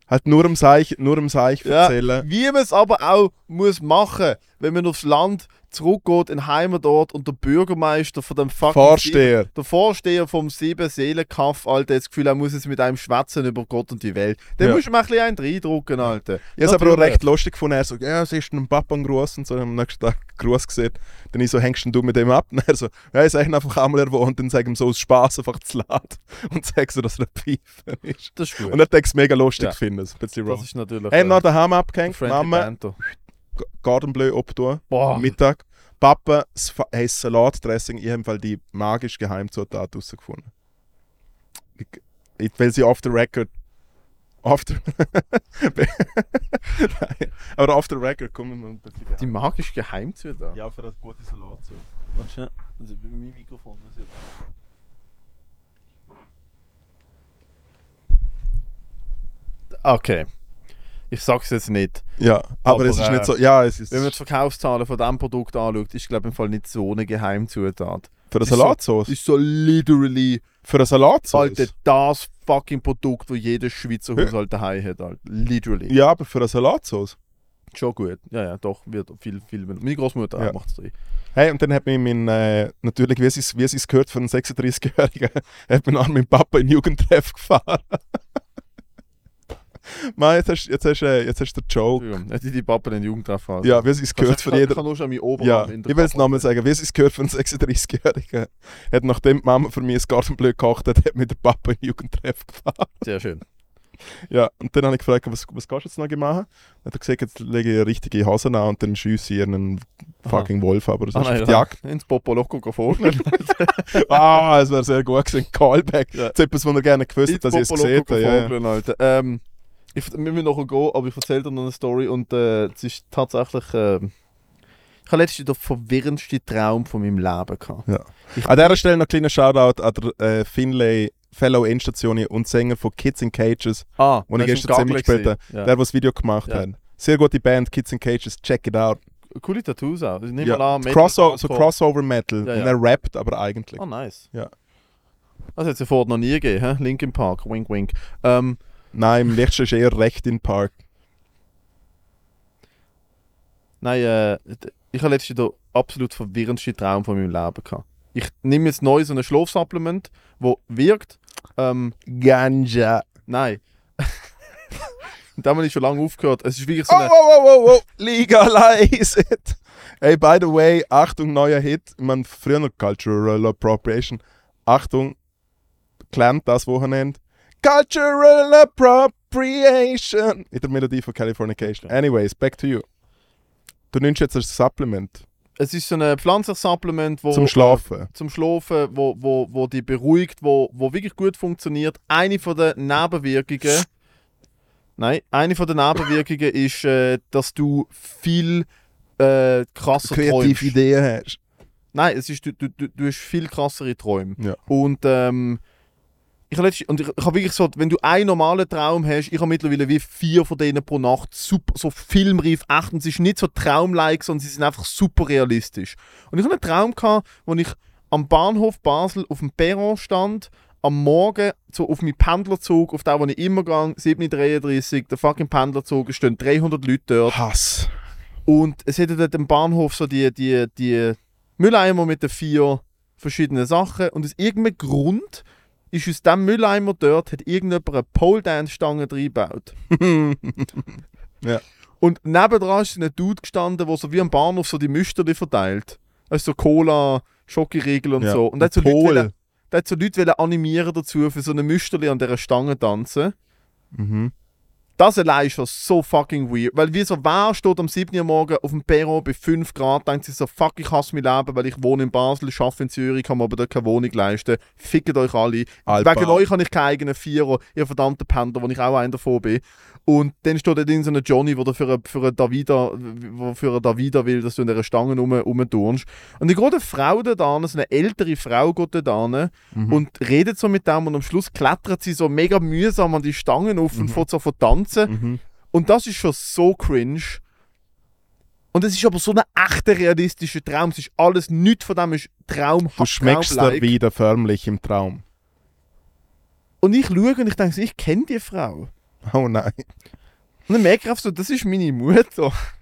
halt nur am Seich, nur am Seich Ja. erzählen. Wie man es aber auch muss machen, wenn man aufs Land zurückgeht, in den Heimatort und der Bürgermeister von dem fucking Vorsteher. Sieben, der Vorsteher vom Sieben-Seelen-Kampf, Alter, hat das Gefühl, er muss jetzt mit einem schwätzen über Gott und die Welt. Dann Ja. musst du mal ein bisschen einen reindrucken, Alter. Ich habe es aber auch Natürlich. recht lustig gefunden. Er so, ja, siehst du einen Papa einen Gruß und so. Und am nächsten Tag Gruß gesehen. Dann ich so, hängst denn du mit dem ab? Und er so, ja, ich sage ihm einfach einmal, er wohnt. Dann sage ich ihm so aus Spaß einfach zu laden. Und sage so, dass er ein Pfeifen ist. Das ist gut. Und er denkt es mega lustig Ja. finden. So ein bisschen das rough. ist natürlich. Hey, nach der Ham der abgehängt, Friendly Mama, Panther. G- Garden Bleu abtun, Boah, Mittag. Papa, das Fa- hey, das Salatdressing, ich habe im Fall die magisch Geheimzutat herausgefunden. Ich, ich, weil sie off the record. Off the Nein, aber off the record kommen wir ein bisschen. die magische Geheimtür Ja, für das gute Salat. So. Warte schnell, also bei meinem Mikrofon muss ich. da. Okay. Ich sag's jetzt nicht. Ja, aber, Aber, es ist äh, nicht so. Ja, es ist. Wenn man die Verkaufszahlen von diesem Produkt anschaut, ist glaube ich im Fall nicht so eine Geheimzutat. Für eine ist so- Salatsauce. Ist so literally Für eine Salatsauce. Alter, das fucking Produkt, wo jeder Schweizer Haushalt daheim hat, Alter. Literally. Ja, aber für eine Salatsauce. Schon gut. Ja, ja, doch. Wird viel, viel. Meine Großmutter Ja. macht es drin. Hey, und dann hat mich mein, äh, natürlich, wie es ist- wie es ist gehört von einem 36-Jährigen, hat mich auch mein Papa in Jugendtreff gefahren. Mann, jetzt hast, jetzt hast, äh, jetzt hast du den Joke. Entschuldigung. Hätte ich die Papa den Jugendtreff gehabt. Ja, wie es ist gehört von Ich jeder. kann nur schon an meinen Oberarm Ja, in ich der will es Papa- nochmal sagen, wie es ist gehört von einem 36-Jährigen, hat nachdem die Mama für mich ein Gartenbleu gekocht hat, hat mich der Papa in Jugendtreff gefahren. Sehr schön. Ja, und dann habe ich gefragt, was, was kannst du jetzt noch machen? Dann hat er gesagt, jetzt lege ich richtige Hosen an und dann schiesse ich einen fucking Wolf, aber das Ah, ist nein, auf die ja. Jagd. Ins Popoloco vorne. Ah, es wäre sehr gut gewesen. Callback. Ja. Das ist etwas, was er gerne gewusst Ins hat, dass ich es gesehen Popoloco habe. Ja, ja. vorne, Alter. Ähm, ich, wir müssen nachher gehen, aber ich erzähle dir noch eine Story und äh, es ist tatsächlich... ähm, ich habe letztens den verwirrendsten Traum von meinem Leben gehabt. An dieser Stelle noch ein kleiner Shoutout an der äh, Finlay, Fellow Endstationen und Sänger von Kids in Cages, Ah, wo ich das ist gestern im ziemlich Gagle gespielt habe. gewesen. Ja. Der, der das Video gemacht Ja. hat. Sehr gute Band, Kids in Cages, check it out. Coole Tattoos auch. Ich nehme Ja. mal an, Metal Crossover, so Hardcore. Crossover Metal. Ja, Und ja. er rappt aber eigentlich. Oh, nice. Ja. Das hat es ja vorher noch nie gegeben, hä? Linkin Park, wink, wink. Ähm, Nein, im Lichtsten ist eher recht in Park. nein, äh, d- ich habe letztens den absolut verwirrendsten Traum von meinem Leben gehabt. Ich nehme jetzt neu so ein Schlafsupplement, wo wirkt. Ähm, Ganja. nein. Und da habe ich schon lange aufgehört. Es ist wirklich so Oh, eine... oh, oh, oh, oh, legalize it. Hey, by the way, Achtung, neuer Hit. Ich meine, früher noch Cultural Appropriation. Achtung, klemmt das Wochenende. Cultural Appropriation. In der Melodie von Californication. Anyways, back to you. Du nimmst jetzt ein Supplement Es ist so ein pflanzliches Supplement, wo... zum Schlafen. zum Schlafen, wo, wo, wo die beruhigt, wo, wo wirklich gut funktioniert. Eine von der Nebenwirkungen, nein, eine von der Nebenwirkungen ist, äh, dass du viel äh, krasser Kreative träumst. Ideen hast. Nein, es ist, du, du, du, du hast viel krassere Träume. Ja. Und ähm, ich habe und ich, ich hab wirklich so, wenn du einen normalen Traum hast, ich habe mittlerweile wie vier von denen pro Nacht super, so filmreif, echt, und es ist nicht so traumlike, sondern sie sind einfach super realistisch. Und ich habe einen Traum gehabt, wo ich am Bahnhof Basel auf dem Perron stand, am Morgen so auf meinen Pendlerzug, auf den, wo ich immer gang, 7.33 der fucking Pendlerzug, es stehen 300 Leute dort. Hass. Und es hätte dort am Bahnhof so die, die, die Mülleimer mit den vier verschiedenen Sachen. Und aus irgendeinem Grund ist aus dem Mülleimer dort, hat irgendjemand eine Pole-Dance-Stange reingebaut. Ja. Und nebendran ist ein Dude gestanden, der so wie am Bahnhof so die Müsterli verteilt. Also so Cola, Schokoriegel und Ja. so. Und der hat so Leute, Pol. wollen- der hat so Leute wollen animieren dazu, für so eine Müsterli an dieser Stange tanzen. Mhm. Das allein ist schon so fucking weird. Weil wie so, wer steht am 7. um Uhr morgen auf dem Perro bei 5 Grad, denkt sich so, fuck, ich hasse mein Leben, weil ich wohne in Basel, arbeite in Zürich, kann mir aber dort keine Wohnung leisten. Fickt euch alle. Alba. Wegen euch habe ich keinen eigenen Vierer, ihr verdammten Panther, wo ich auch einer davon bin. Und dann steht dort irgend so ein Johnny, der für einen für einen Davida, wo für einen Davida will, dass du in einer Stange rum, rumturnst. Und dann geht eine Frau dort an, so eine ältere Frau geht dort an Mhm. und redet so mit dem und am Schluss klettert sie so mega mühsam an die Stangen auf und fängt so von tanzen. Mhm. Und das ist schon so cringe. Und es ist aber so ein echter realistischer Traum. Es ist alles, nichts von dem ist Traum. Du schmeckst dir Traumlike. wieder förmlich im Traum. Und ich schaue und ich denke, so, ich kenne die Frau. Oh nein. Und dann merke ich einfach so, das ist meine Mutter.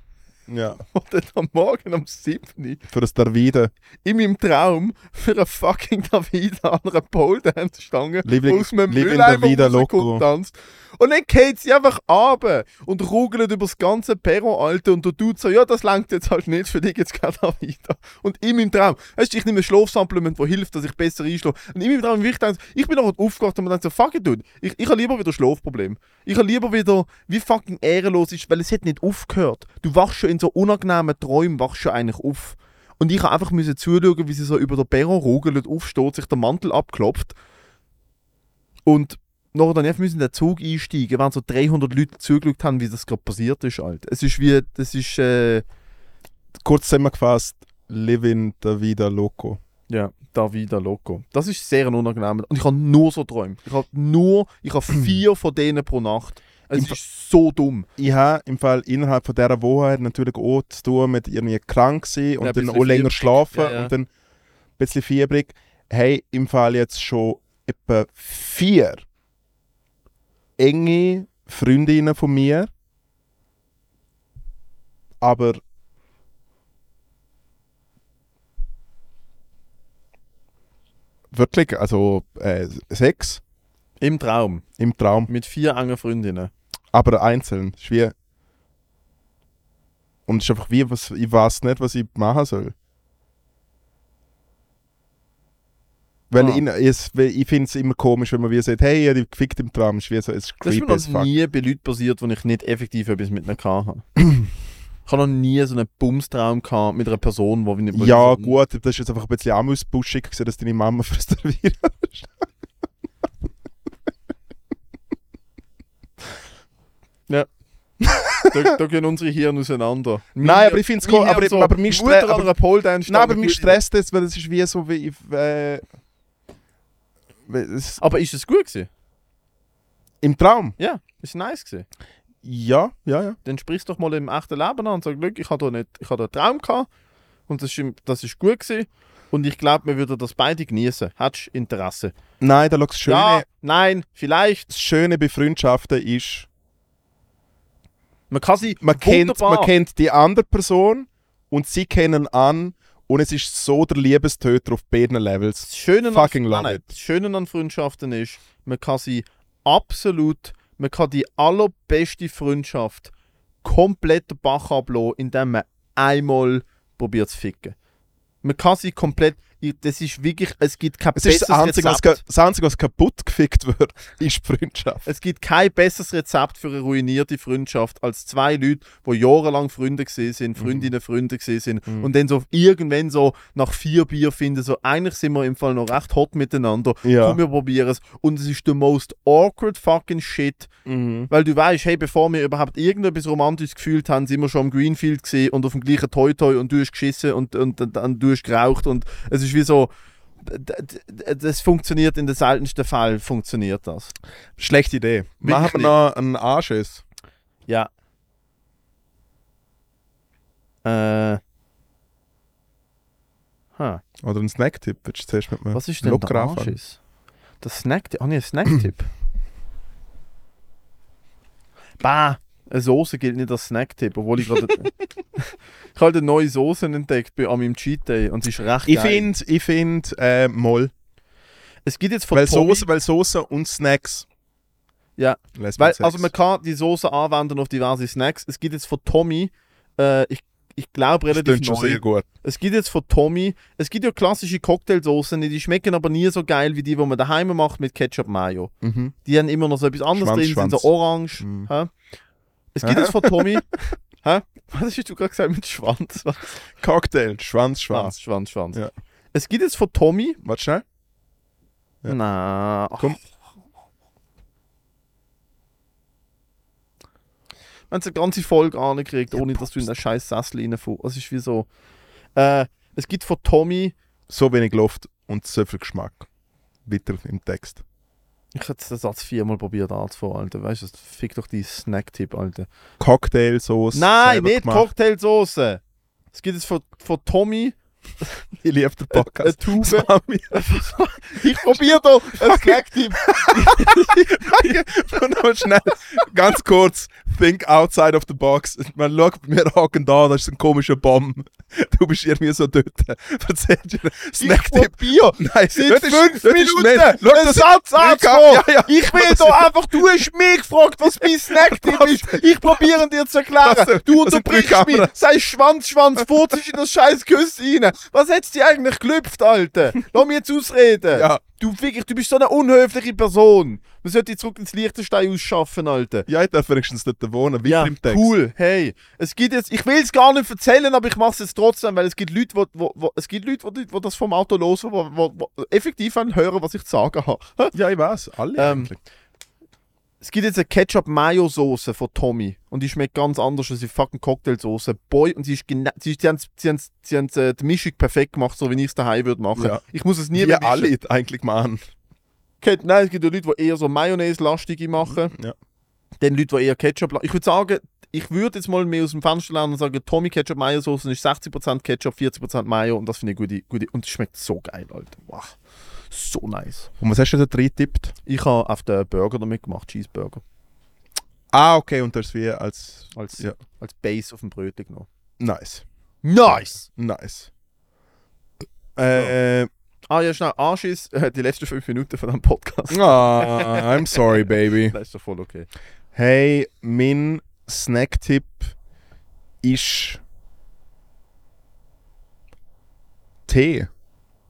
Ja. Und dann am Morgen um 7 Für das der wieder. in meinem Traum für einen fucking David an einer Pole Dance Stange Liebling- aus meinem Liebling Mülleimer Davida rauskommt, Loco. tanzt. Und dann geht sie einfach runter und rugelt über das ganze Perro, Alter. Und der Dude so, ja, das langt jetzt halt nicht, für dich jetzt kein Davida. Und in meinem Traum, weißt du, ich nehme ein Schlafsupplement, das hilft, dass ich besser einschlafe. Und in meinem Traum, wie ich denke, ich bin noch aufgewacht und mir denkt so, fuck it, dude, ich, ich habe lieber wieder Schlafproblem. Ich habe lieber wieder, wie fucking ehrenlos ist, weil es hat nicht aufgehört. Du wachst schon in so unangenehmen Träumen, wachst schon eigentlich auf. Und ich habe einfach müssen zuschauen, wie sie so über der Perron rugelt, aufsteht, sich der Mantel abklopft. Und nachher dann einfach müssen in den Zug einsteigen, während so 300 Leute zugeschaut haben, wie das gerade passiert ist. Alt. Es ist wie, das ist, äh, Kurz zusammengefasst, Livin der wieder Loco. ja, da wieder loco. Das ist sehr unangenehm. Und ich habe nur so Träume. Ich habe nur, ich habe vier von denen pro Nacht. Es Im Fa- ist so dumm. Ich habe im Fall innerhalb von dieser Woche natürlich auch zu tun mit irgendwie krank sein und Ja, ein dann bisschen auch länger fiebrig. schlafen Ja, ja. und dann ein bisschen fiebrig. Hey, im Fall jetzt schon etwa vier enge Freundinnen von mir, aber wirklich, also äh, sechs Im Traum. im Traum, Mit vier engen Freundinnen. aber einzeln, ist wie und es ist einfach wie, was, ich weiß nicht, was ich machen soll. Weil Ah. ich, es- weil ich finde es immer komisch, wenn man wie sagt, hey, ich habe dich gefickt im Tram. Ist wie so, es ist Das ist mir creepy as noch fuck. nie bei Leuten passiert, wo ich nicht effektiv etwas mit ihnen hatte. ich habe noch nie so einen Bumstraum gehabt mit einer Person, die nicht Ja, gut, das ist jetzt einfach ein bisschen Amüsbuschig, gewesen, dass deine Mama fürs Servieren. Da, da gehen unsere Hirn auseinander. Nein, aber ich finde es cool. Aber, aber, aber, mir stre- Mutter an aber, einer Pole Dance nein, aber stand, mich gute stresst es, weil es ist wie so wie. Äh, weil es, Idee. Aber ist es gut gewesen? Im Traum? Ja, ist nice gewesen. Ja, ja, ja. Dann sprichst doch mal im echten Leben an und sag, Glück, ich habe da nicht, ich habe da einen Traum gehabt und das ist, im- das ist gut gewesen. Und ich glaube, wir würden das beide genießen. Hättest du Interesse? Nein, da schau, das Schöne, Ja, nein, vielleicht. das Schöne bei Freundschaften ist, Man kann sie man kennt, wunderbar- man kennt die andere Person und sie kennen an und es ist so der Liebestöter auf beiden Levels. Das Schöne, Fucking an, love nein, it. das Schöne an Freundschaften ist, man kann sie absolut, man kann die allerbeste Freundschaft komplett den Bach ablassen, indem man einmal probiert zu ficken. Man kann sie komplett, ich- das ist wirklich, es gibt kein Es ist das besseres Einzige, was, Rezept. ka- das Einzige, was kaputt gefickt wird, ist die Freundschaft. Es gibt kein besseres Rezept für eine ruinierte Freundschaft als zwei Leute, die jahrelang Freunde gewesen sind, Freundinnen, Freunde gewesen sind und dann so irgendwann so nach vier Bier finden, so eigentlich sind wir im Fall noch recht hot miteinander. Ja. Komm, wir probieren es. Und es ist der most awkward fucking shit, weil du weißt, hey, bevor wir überhaupt irgendetwas Romantisches gefühlt haben, sind wir schon am Greenfield gesehen und auf dem gleichen Toy Toy und du hast geschissen und, und, und, und du hast geraucht und es ist wie so, d- d- das funktioniert in den seltensten Fällen, funktioniert das. Schlechte Idee. Machen Wirklich. wir noch einen Anschiss. Ja. Äh. Ha. Oder einen Snacktipp. Willst du zuerst mit mir Was ist denn locker der anfangen? Anschiss? Das Snacktipp. Ah, nee, ein Snacktipp. bah! Eine Soße gilt nicht als Snacktipp, obwohl ich gerade. ich habe eine neue Soße entdeckt bei, an meinem Cheat Day und sie ist recht Ich geil. finde, ich find, äh, Moll. es gibt jetzt von Weil Tommy- Soße, weil Soße und Snacks. Ja. Lässt man Weil, Sex. also man kann die Soße anwenden auf diverse Snacks. Es gibt jetzt von Tommy, äh, ich, ich glaube das relativ klingt neu. schon sehr gut. Es gibt jetzt von Tommy, es gibt ja klassische Cocktailsoßen, die schmecken aber nie so geil wie die, die man daheim macht mit Ketchup Mayo. Mhm. Die haben immer noch so etwas anderes Schwanz, drin, sind Schwanz. so orange. Mhm. hä? Es gibt jetzt von Tommy. hä? Was hast du gerade gesagt mit Schwanz? Was? Cocktail, Schwanz, Schwanz. Schwanz, Schwanz, Schwanz. Ja. Es gibt jetzt von Tommy. Warte schnell. Ja. Na. ach. Komm. Wenn es eine ganze Folge angekriegt, ohne dass du in den scheiß Sessel reinfährst. Es ist wie so. Äh, es gibt von Tommy. So wenig Luft und so viel Geschmack. Bitter im Text. Ich hätte den Satz viermal probiert anzufangen, Alter. Weißt du, fick doch die Snacktipp, Alter. Cocktailsoße. Nein, selber nicht gemacht. Cocktailsoße. Es gibt es von, von Tommy Ich liebe den eine Podcast. Tube. Das war mir- Äh, Ich probiere doch einen Snacktipp. Und mal schnell, ganz kurz, think outside of the box. Man schaut mir hocken da, das ist ein komischer Bomb. Du bist irgendwie so dort. Verzeih dir Snacktipp. probiere Nein, seit fünf Minuten Äh, Schau, einen das Satz anzufangen. Ja, ja. Ich will da einfach, du hast mich gefragt, was mein Snacktipp ist. Ich probiere dir zu erklären. Was- Du was sind drei unterbrichst mich. Kameras? Sei Schwanz, Schwanz, furzest in das scheiß Küsse rein. Was hättest du dir eigentlich gelüpft, Alter? Lass mich jetzt ausreden. Ja. Du, wirklich, du bist so eine unhöfliche Person. Man sollte dich zurück ins Liechtenstein ausschaffen, Alter. Ja, ich darf wenigstens dort wohnen. Weiter im Text. cool. Hey, es gibt jetzt, ich will es gar nicht erzählen, aber ich mache es jetzt trotzdem, weil es gibt Leute, wo, wo, wo, es gibt Leute, wo, wo das vom Auto los, wo, wo, wo effektiv wollen hören, was ich zu sagen habe. Ja, ich weiß. Alle Ähm, eigentlich. Es gibt jetzt eine Ketchup-Mayo-Soße von Tommy und die schmeckt ganz anders als die fucking Cocktailsoße. Boy, und sie ist genau, sie, sie haben, sie haben, sie haben äh, die Mischung perfekt gemacht, so wie ich es daheim würde machen. Ja. Ich muss es nie Wir mehr mischen. alle eigentlich machen. Ket- Nein, es gibt ja Leute, die eher so Mayonnaise-lastige machen. Ja. Dann Leute, die eher Ketchup. Ich würde sagen, ich würde jetzt mal mehr aus dem Fenster lernen und sagen, Tommy Ketchup Mayo Soße ist 60% Ketchup, 40% Mayo und das finde ich gute, gute. Und es schmeckt so geil, Alter. Wow. So nice. Und was hast du da drin getippt? Ich habe auf den Burger damit gemacht, Cheeseburger. Ah, okay, und das wir als. Als, Ja. als Base auf dem Brötchen genommen. Nice. Nice! Nice. Äh, Ah ja, schnell, Anschiss, äh, die letzten 5 Minuten von diesem Podcast. ah, I'm sorry, baby. Das ist doch voll okay. Hey, mein Snacktipp ist Tee.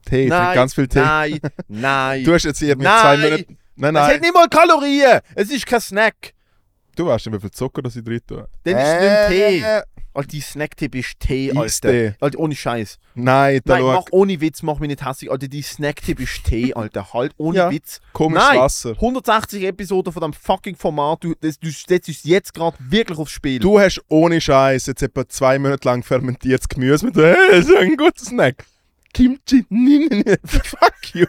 Tee, trink Nein, ganz viel Tee. Nein, nein. Du hast jetzt hier mit Nein. zwei Monaten. Nein, Es nein. hat nicht mal Kalorien. Es ist kein Snack. Du weißt nicht, wie viel Zucker das ich drin tue. Dann ist es nicht ein Tee. Alter, Snacktipp ist Tee, Eistee. Alter. Alter, ohne Scheiß. Nein, da Nein, schau, mach ohne Witz, mach mich nicht hässlich. Alter, die Snacktipp ist Tee, Alter. Halt, ohne Ja. Witz. komisches Nein. Wasser. 180 Episoden von diesem fucking Format, du, das, du setzt uns jetzt gerade wirklich aufs Spiel. Du hast ohne Scheiß jetzt etwa zwei Monate lang fermentiertes Gemüse mit, hey, das ist ein guter Snack. Kimchi, nein, nein, nein. fuck you,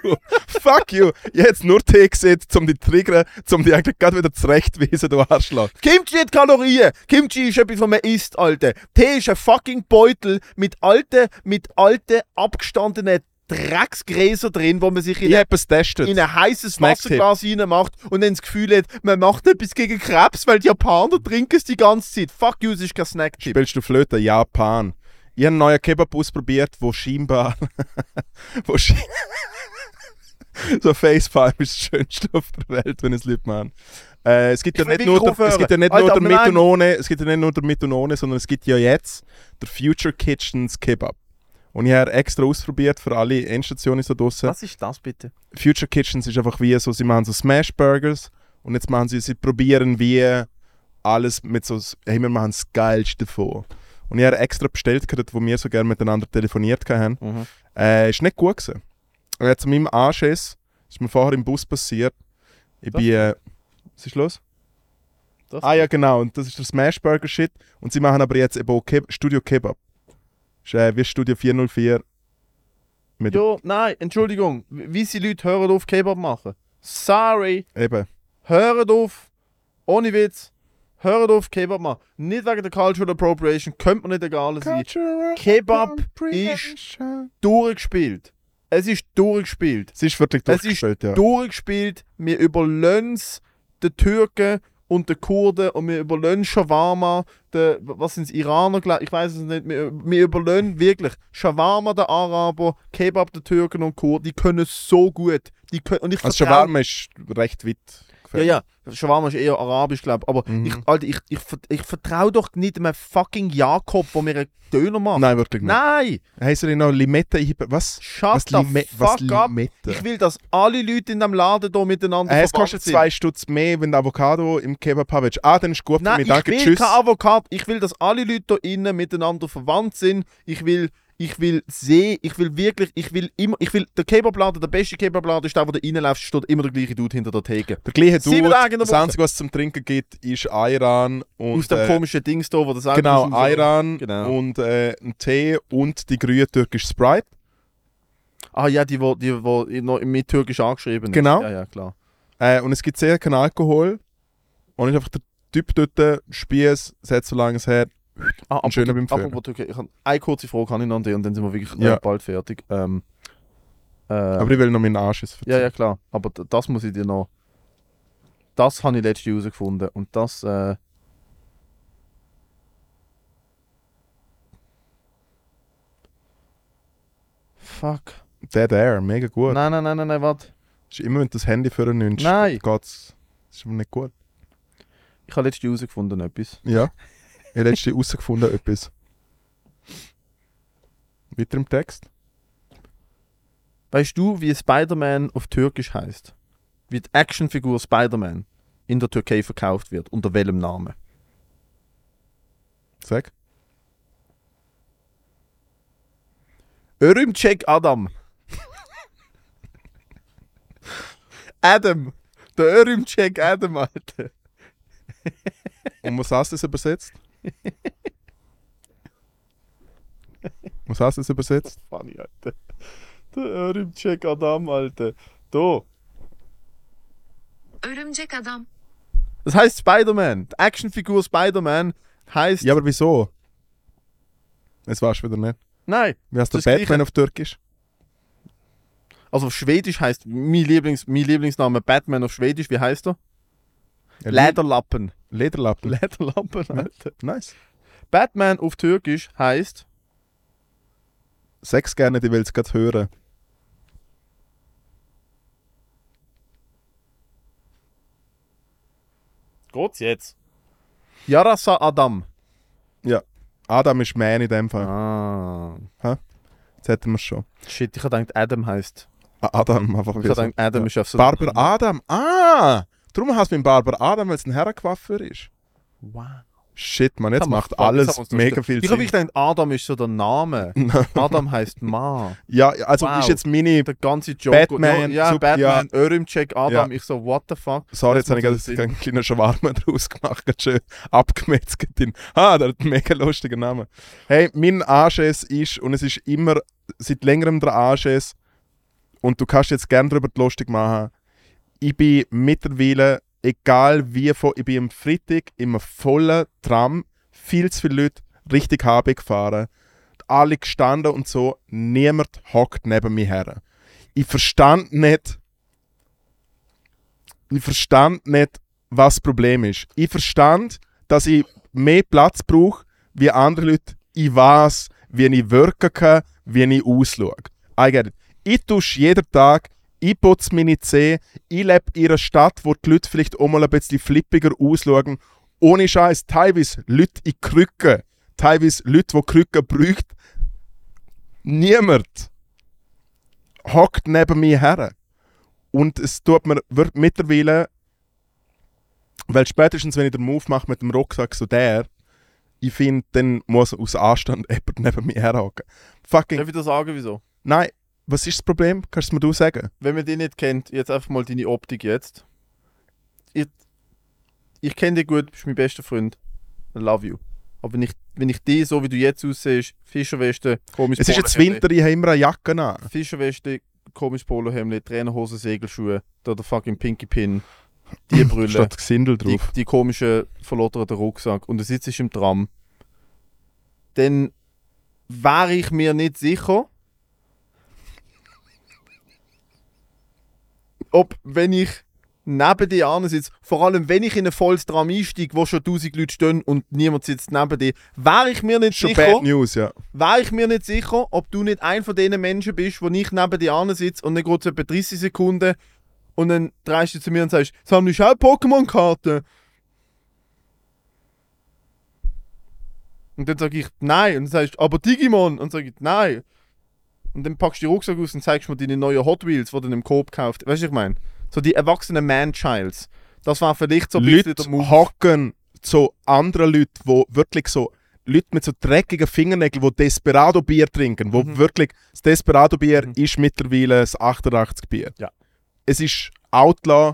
fuck you. Ich hätte nur Tee gesehen, um dich zu triggern, um dich eigentlich gerade wieder zurechtzuweisen, du Arschloch. Kimchi hat Kalorien. Kimchi ist etwas, was man isst, Alter. Tee ist ein fucking Beutel mit alten, mit alten, abgestandenen Drecksgräser drin, wo man sich in Ich habe es getestet. in ein heißes Snacktipp. Wasserglas reinmacht und dann das Gefühl hat, man macht etwas gegen Krebs, weil die Japaner trinken es die ganze Zeit. Fuck you, es ist kein Snacktipp. Spielst du Flöte? Japan. Ich habe einen neuen Kebab ausprobiert, wo scheinbar. wo schien so Facepalm ist das Schönste auf der Welt, wenn es Leute machen. Äh, es gibt ja Ich will nicht nur, der, Mikro es gibt ja nicht hören. nur Alter, der mit aber und ohne, es gibt ja nicht nur der mit und ohne, sondern es gibt ja jetzt der Future Kitchens Kebab. Und ich habe extra ausprobiert für alle Endstationen so draussen. Was ist das bitte? Future Kitchens ist einfach wie so, sie machen so Smash Burgers und jetzt machen sie, sie probieren wie alles mit so, hey, wir machen das Geilste davon. Und ich habe extra bestellt, gehabt, wo wir so gerne miteinander telefoniert haben. Mhm. Äh, ist nicht gut gewesen. Und jetzt zu meinem Anschiss, ist mir vorher im Bus passiert. Ich Das- bin, äh, was ist los? Das- ah ja, genau, und das ist der Smash Burger Shit. Und sie machen aber jetzt eben auch Ke Studio Kebab. Ist, äh, wie Studio 404. Mit Jo, nein, Entschuldigung. Wie sie Leute hören auf Kebab machen. Sorry. Eben. Hören auf. Ohne Witz. Hören auf Kebab machen. Nicht wegen der Cultural Appropriation. Könnte man nicht egal sein. Cultural Kebab ist Appropriation. durchgespielt. Es ist durchgespielt. Es ist wirklich Es ist durchgestellt, ja. durchgespielt. Wir überlösen es den Türken und den Kurden und wir überlösen Shawarma, den, was sind es, Iraner, glaub- ich weiß es nicht, wir, wir überlösen wirklich Shawarma den Araber, Kebab den Türken und Kurden, die können es so gut. Die können, und ich Also vertrau- Shawarma ist recht weit Ja, gefällt. ja, Shawarma ist eher arabisch, glaube ich, aber Mhm. ich, Alter, ich, ich, ver- ich vertraue doch nicht einem fucking Jakob, der mir einen Döner macht. Nein, wirklich nicht. Nein, Heißt er noch Limette? Ich- Was? shut was the Lime- was fuck up. Limette? Ich will, dass alle Leute in dem Laden hier miteinander Äh, es verwandt kostet sind. zwei Stutz mehr, wenn du Avocado im Kebab haben willst. Ah, dann ist gut für Nein, mich. Danke, ich will tschüss. kein Avocado. Ich will, dass alle Leute hier innen miteinander verwandt sind. Ich will, ich will sehen, ich will wirklich, ich will immer, ich will, der Kebabladen, der beste Kebabladen ist der, wo du reinläufst, steht immer der gleiche Dude hinter der Theke. Der gleiche Sieben Dude, Tage in der das Woche. Einzige, was es zum Trinken gibt, ist Ayran und... Aus dem äh, komischen Dings da, wo das sagt. Genau, Ayran Genau. und äh, ein Tee und die grüne türkische Sprite. Ah ja, die, wo, die, wo noch mit Türkisch angeschrieben ist. Genau. Ja, ja, klar. Äh, und es gibt sehr keinen Alkohol. Und ist einfach der Typ dort, Spieß, setzt so lange es her. Ah, Ein schöner beim Föhn. Apropos Türkei, ich habe eine kurze Frage habe ich noch an dich und dann sind wir wirklich Ja. äh, bald fertig. Ähm, äh, Aber ich will noch meinen Arsch Ja, ja, klar. Aber d- das muss ich dir noch. Das habe ich letztens herausgefunden. Und das. Äh, Fuck. Dead Air, mega gut. Nein, nein, nein, nein, nein, warte. Ist immer wenn du das Handy für einen nimmst, Nein. geht's. Ist aber nicht gut. Ich habe letztens herausgefunden etwas. Ja. Ich habe letztens herausgefunden etwas. Weiter im Text. Weißt du, wie Spider-Man auf Türkisch heißt? Wie die Actionfigur Spider-Man in der Türkei verkauft wird? Unter welchem Namen? Sag. Örümcek Adam. Adam. Der Örümcek Adam, Alter. Und was heißt das übersetzt? Was heißt das übersetzt? Funny, Alter. Der Örümcek Adam, Alter. Da. Örümcek adam. Das heißt Spider-Man. Die Actionfigur Spider-Man heißt. Ja, aber wieso? Das weißt du wieder nicht. Nein. Wie heißt der Das Batman Gleiche. auf Türkisch? Also auf Schwedisch heißt mein, Lieblings, mein Lieblingsname Batman auf Schwedisch. Wie heißt er? Ja, Lederlappen. Lederlappen. Lederlappen, Alter. nice. Batman auf Türkisch heißt. Sag's gerne, ich will es gerade hören. Geht's jetzt? Yarasa Adam. Adam ist Man in dem Fall. Ah. Jetzt Jetzt hätten wir es schon. Shit, ich habe gedacht, Adam heisst. Ah, Adam, einfach Ich habe ein gedacht, Adam ist auf so. Barber Adam. Ah! Darum hast du mit Barber Adam, weil es ein Herrenquaffer ist. Wow. Shit, man, jetzt Das macht fuck, das alles haben wir uns mega nicht- viel Ich habe Sinn. gedacht, Adam ist so der Name. Adam heißt Ma. Ja, ja, also Wow. ist jetzt meine. Der ganze Joke. Batman, ja, Sup- Batman, Örimcheck, Adam. Ja. Ich so, what the fuck? Sorry, Das jetzt habe ich gerade macht Sinn. einen kleinen Schwarm draus gemacht, gerade schön abgemetzelt. in- Ah, der hat einen mega lustigen Namen. Hey, mein Anschiss ist, und es ist immer seit längerem der Anschiss, und du kannst jetzt gerne darüber die lustig machen, ich bin mittlerweile, egal wie, von, ich bin am Freitag im vollen Tram, viel zu viele Leute richtig HB gefahren, alle gestanden und so, niemand hockt neben mir her. Ich verstand nicht, ich verstand nicht, was das Problem ist. Ich verstand, dass ich mehr Platz brauche wie andere Leute. Ich weiß, wie ich wirken kann, wie ich ausschaue. I get it. Ich dusche jeden Tag, ich putze meine Zähne, ich lebe in einer Stadt, wo die Leute vielleicht auch mal ein bisschen flippiger ausschauen. Ohne Scheiß, teilweise Leute in Krücken, teilweise Leute, die Krücken bräuchten. Niemand hockt neben mir her. Und es tut mir wir- mittlerweile, weil spätestens, wenn ich den Move mache mit dem Rucksack, so der, ich finde, dann muss aus Anstand jemand neben mir herhaken. Fucking, Darf ich dir sagen, wieso? nein, was ist das Problem? Kannst du mir du sagen? Wenn man dich nicht kennt, jetzt einfach mal deine Optik jetzt. Ich, ich kenne dich gut, bist mein bester Freund. I love you. Aber wenn ich, wenn ich dich, so wie du jetzt aussiehst, Fischerweste, komisch Es ist jetzt Polohemd, Winter, ich habe immer eine Jacke an. Fischerweste, komisch Polohemd, Trainerhose, Segelschuhe, da der fucking Pinky Pin, die Brille. Statt Gesindel die, drauf. die komische verlotterte Rucksack und du sitzt im Tram, dann wäre ich mir nicht sicher, ob wenn ich neben dir an sitze, vor allem wenn ich in ein volles Tram einsteige, wo schon 1000 Leute stehen und niemand sitzt neben dir, wäre ich mir nicht Schon sicher, Bad News, ja. wäre ich mir nicht sicher, ob du nicht einer von diesen Menschen bist, wo ich neben dir an sitze und dann geht es etwa 30 Sekunden und dann drehst du zu mir und sagst, sammle ich auch Pokémon-Karten? Und dann sage ich, nein. Und dann sagst du, aber Digimon. Und dann sage ich, nein. Und dann packst du die Rucksack aus und zeigst mir deine neuen Hot Wheels, die du im Coop gekauft hast. Weißt du, was ich meine? So die erwachsenen Man-Childs. Das war vielleicht so ein bisschen der Move. Leute hocken zu anderen Leuten, wo wirklich so Leute mit so dreckigen Fingernägeln, die Desperado-Bier trinken, wo Mhm. wirklich das Desperado-Bier ist mittlerweile das 88-Bier. Ja. Es ist Outlaw,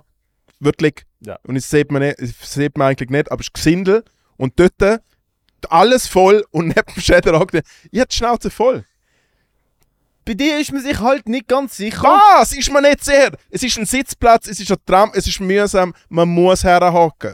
wirklich, Ja. und das sieht man, nicht, das sieht man eigentlich nicht, aber es ist Gesindel und dort alles voll und neben dem Schädel hockt der, ich habe die Schnauze voll. Bei dir ist man sich halt nicht ganz sicher. Was? Ist man nicht sehr? Es ist ein Sitzplatz, es ist ein Tram, es ist mühsam, man muss herhocken.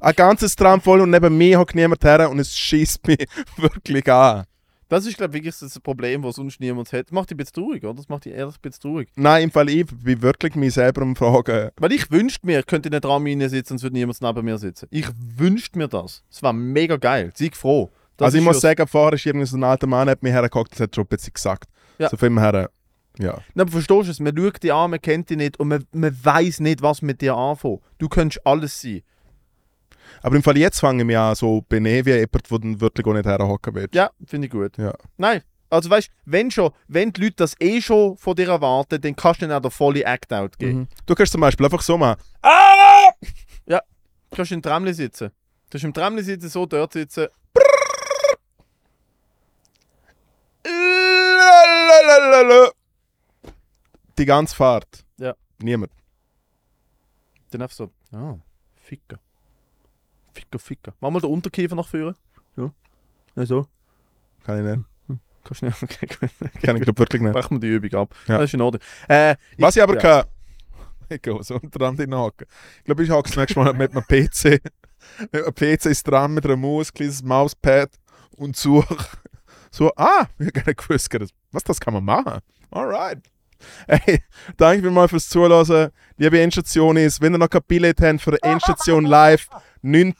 Ein ganzes Tram voll und neben mir hockt niemand her und es schießt mich wirklich an. Das ist, glaube ich, wirklich das Problem, das sonst niemand hat. Macht dich ein bisschen traurig, oder? Das macht dich ehrlich ein bisschen traurig. Nein, im Fall ich bin wirklich mich selber am Fragen. Weil ich wünschte mir, ich könnte in der Tramlinie sitzen und es würde niemand neben mir sitzen. Ich wünschte mir das. Es war mega geil. Sieg froh. Das also ich ist muss ja- sagen, vorher ist irgendein so ein alter Mann, hat mich hergehockt und hat schon ein bisschen gesagt. Ja. So viel her. Ja. Nein, aber verstehst du es? Man schaut dich an, man kennt dich nicht und man, man weiß nicht, was mit dir anfängt. Du könntest alles sein. Aber im Fall jetzt fange ich mich an, so benehmen wie jemand, der dann wirklich auch nicht herhocken will. Ja, finde ich gut. Ja. Nein, also weißt du, wenn schon, wenn die Leute das eh schon von dir erwarten, dann kannst du ihnen auch den vollen Act-Out geben. Mhm. Du kannst zum Beispiel einfach so machen. Du kannst im Tramli sitzen. Du kannst im Tramli sitzen, so dort sitzen. Lalalala. Die ganze Fahrt. Ja. Niemand. Dann einfach so, ja, Ficker. Ficker, Ficker. Mach mal den Unterkiefer nach vorne. Ja. Ja, so. Kann ich nicht. Kannst du nicht. Okay, gut. Kann ich glaub, wirklich nicht. Brechen wir die Übung ab. Ja. Das ist in Ordnung. Äh, Was ich aber Ja. kann. Ich gehe so unter anderem hinhocken. Ich glaube, ich hocke das nächste Mal mit einem PC. Mit einem PC ist dran, mit einer Maus, kleines Mauspad und suche. So, ah, ich habe gar nicht gewusst, dass- was das kann man machen. Alright. Hey, danke vielmals fürs Zuhören. Liebe Endstation ist, wenn ihr noch kein Billett habt für Endstation Live, 9.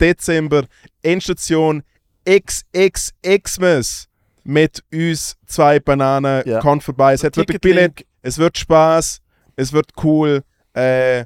Dezember, Endstation XXXmas mit uns zwei Bananen. Ja. Kommt vorbei. Es hat wirklich Billett. Es wird Spaß, es wird cool. Äh,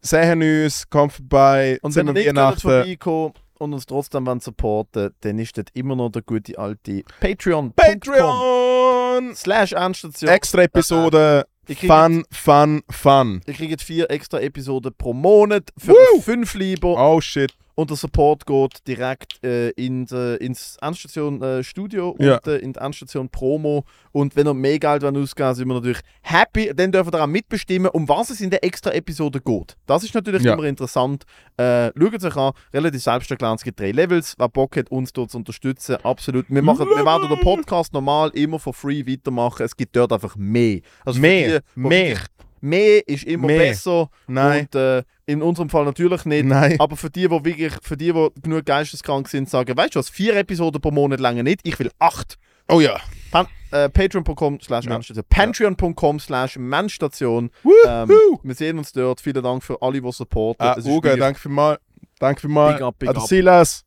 sehen uns, kommt vorbei, Und sind wenn äh, ihr wir nicht gerade Weihnachten. vorbeikommen und uns trotzdem wollt supporten dann ist das immer noch der gute alte Patreon. Patreon! Endstation. Slash Endstation. Extra Episode. Ich kriege- Fun, fun, fun. Ihr kriegt vier extra Episoden pro Monat für Woo! fünf lieber. Oh shit. Und der Support geht direkt äh, in de, ins Endstation äh, Studio und Ja. äh, in die Endstation Promo. Und wenn ihr mehr Geld wollt ausgeben wollt, sind wir natürlich happy. Dann dürfen ihr auch mitbestimmen, um was es in der extra Episode geht. Das ist natürlich Ja. immer interessant. Äh, Schaut es euch an. Relativ selbsterklärend. Es gibt drei Levels. Wer Bock hat, uns dort zu unterstützen, absolut. Wir, machen, wir werden den Podcast normal immer for free weitermachen. Es gibt dort einfach mehr. Also für Mehr, die, die mehr. Mehr ist immer Mehr. besser. Nein, Und äh, in unserem Fall natürlich nicht. nein. Aber für die, die wirklich, für die, die genug geisteskrank sind, sagen, weißt du was, vier Episoden pro Monat lange nicht, ich will acht. Oh ja. Pan äh, Patreon.com slash Ja. Menschstation. Patreon.com slash Menschstation. Ähm, Woohoo. wir sehen uns dort. Vielen Dank für alle, die supporten. Ah, Es ist Uge, wirklich- danke vielmals. Danke vielmals. Big up, big An den up. Silas,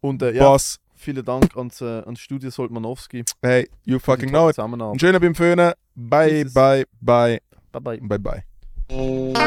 Und äh, ja, Boss. vielen Dank ans, äh, ans Studio Soltmanowski. für Hey, you die fucking genau. tolle know it. Zusammenarbeit. Einen schönen beim Föhnen. Bye, Tschüss. bye, bye, Bye bye. bye, bye.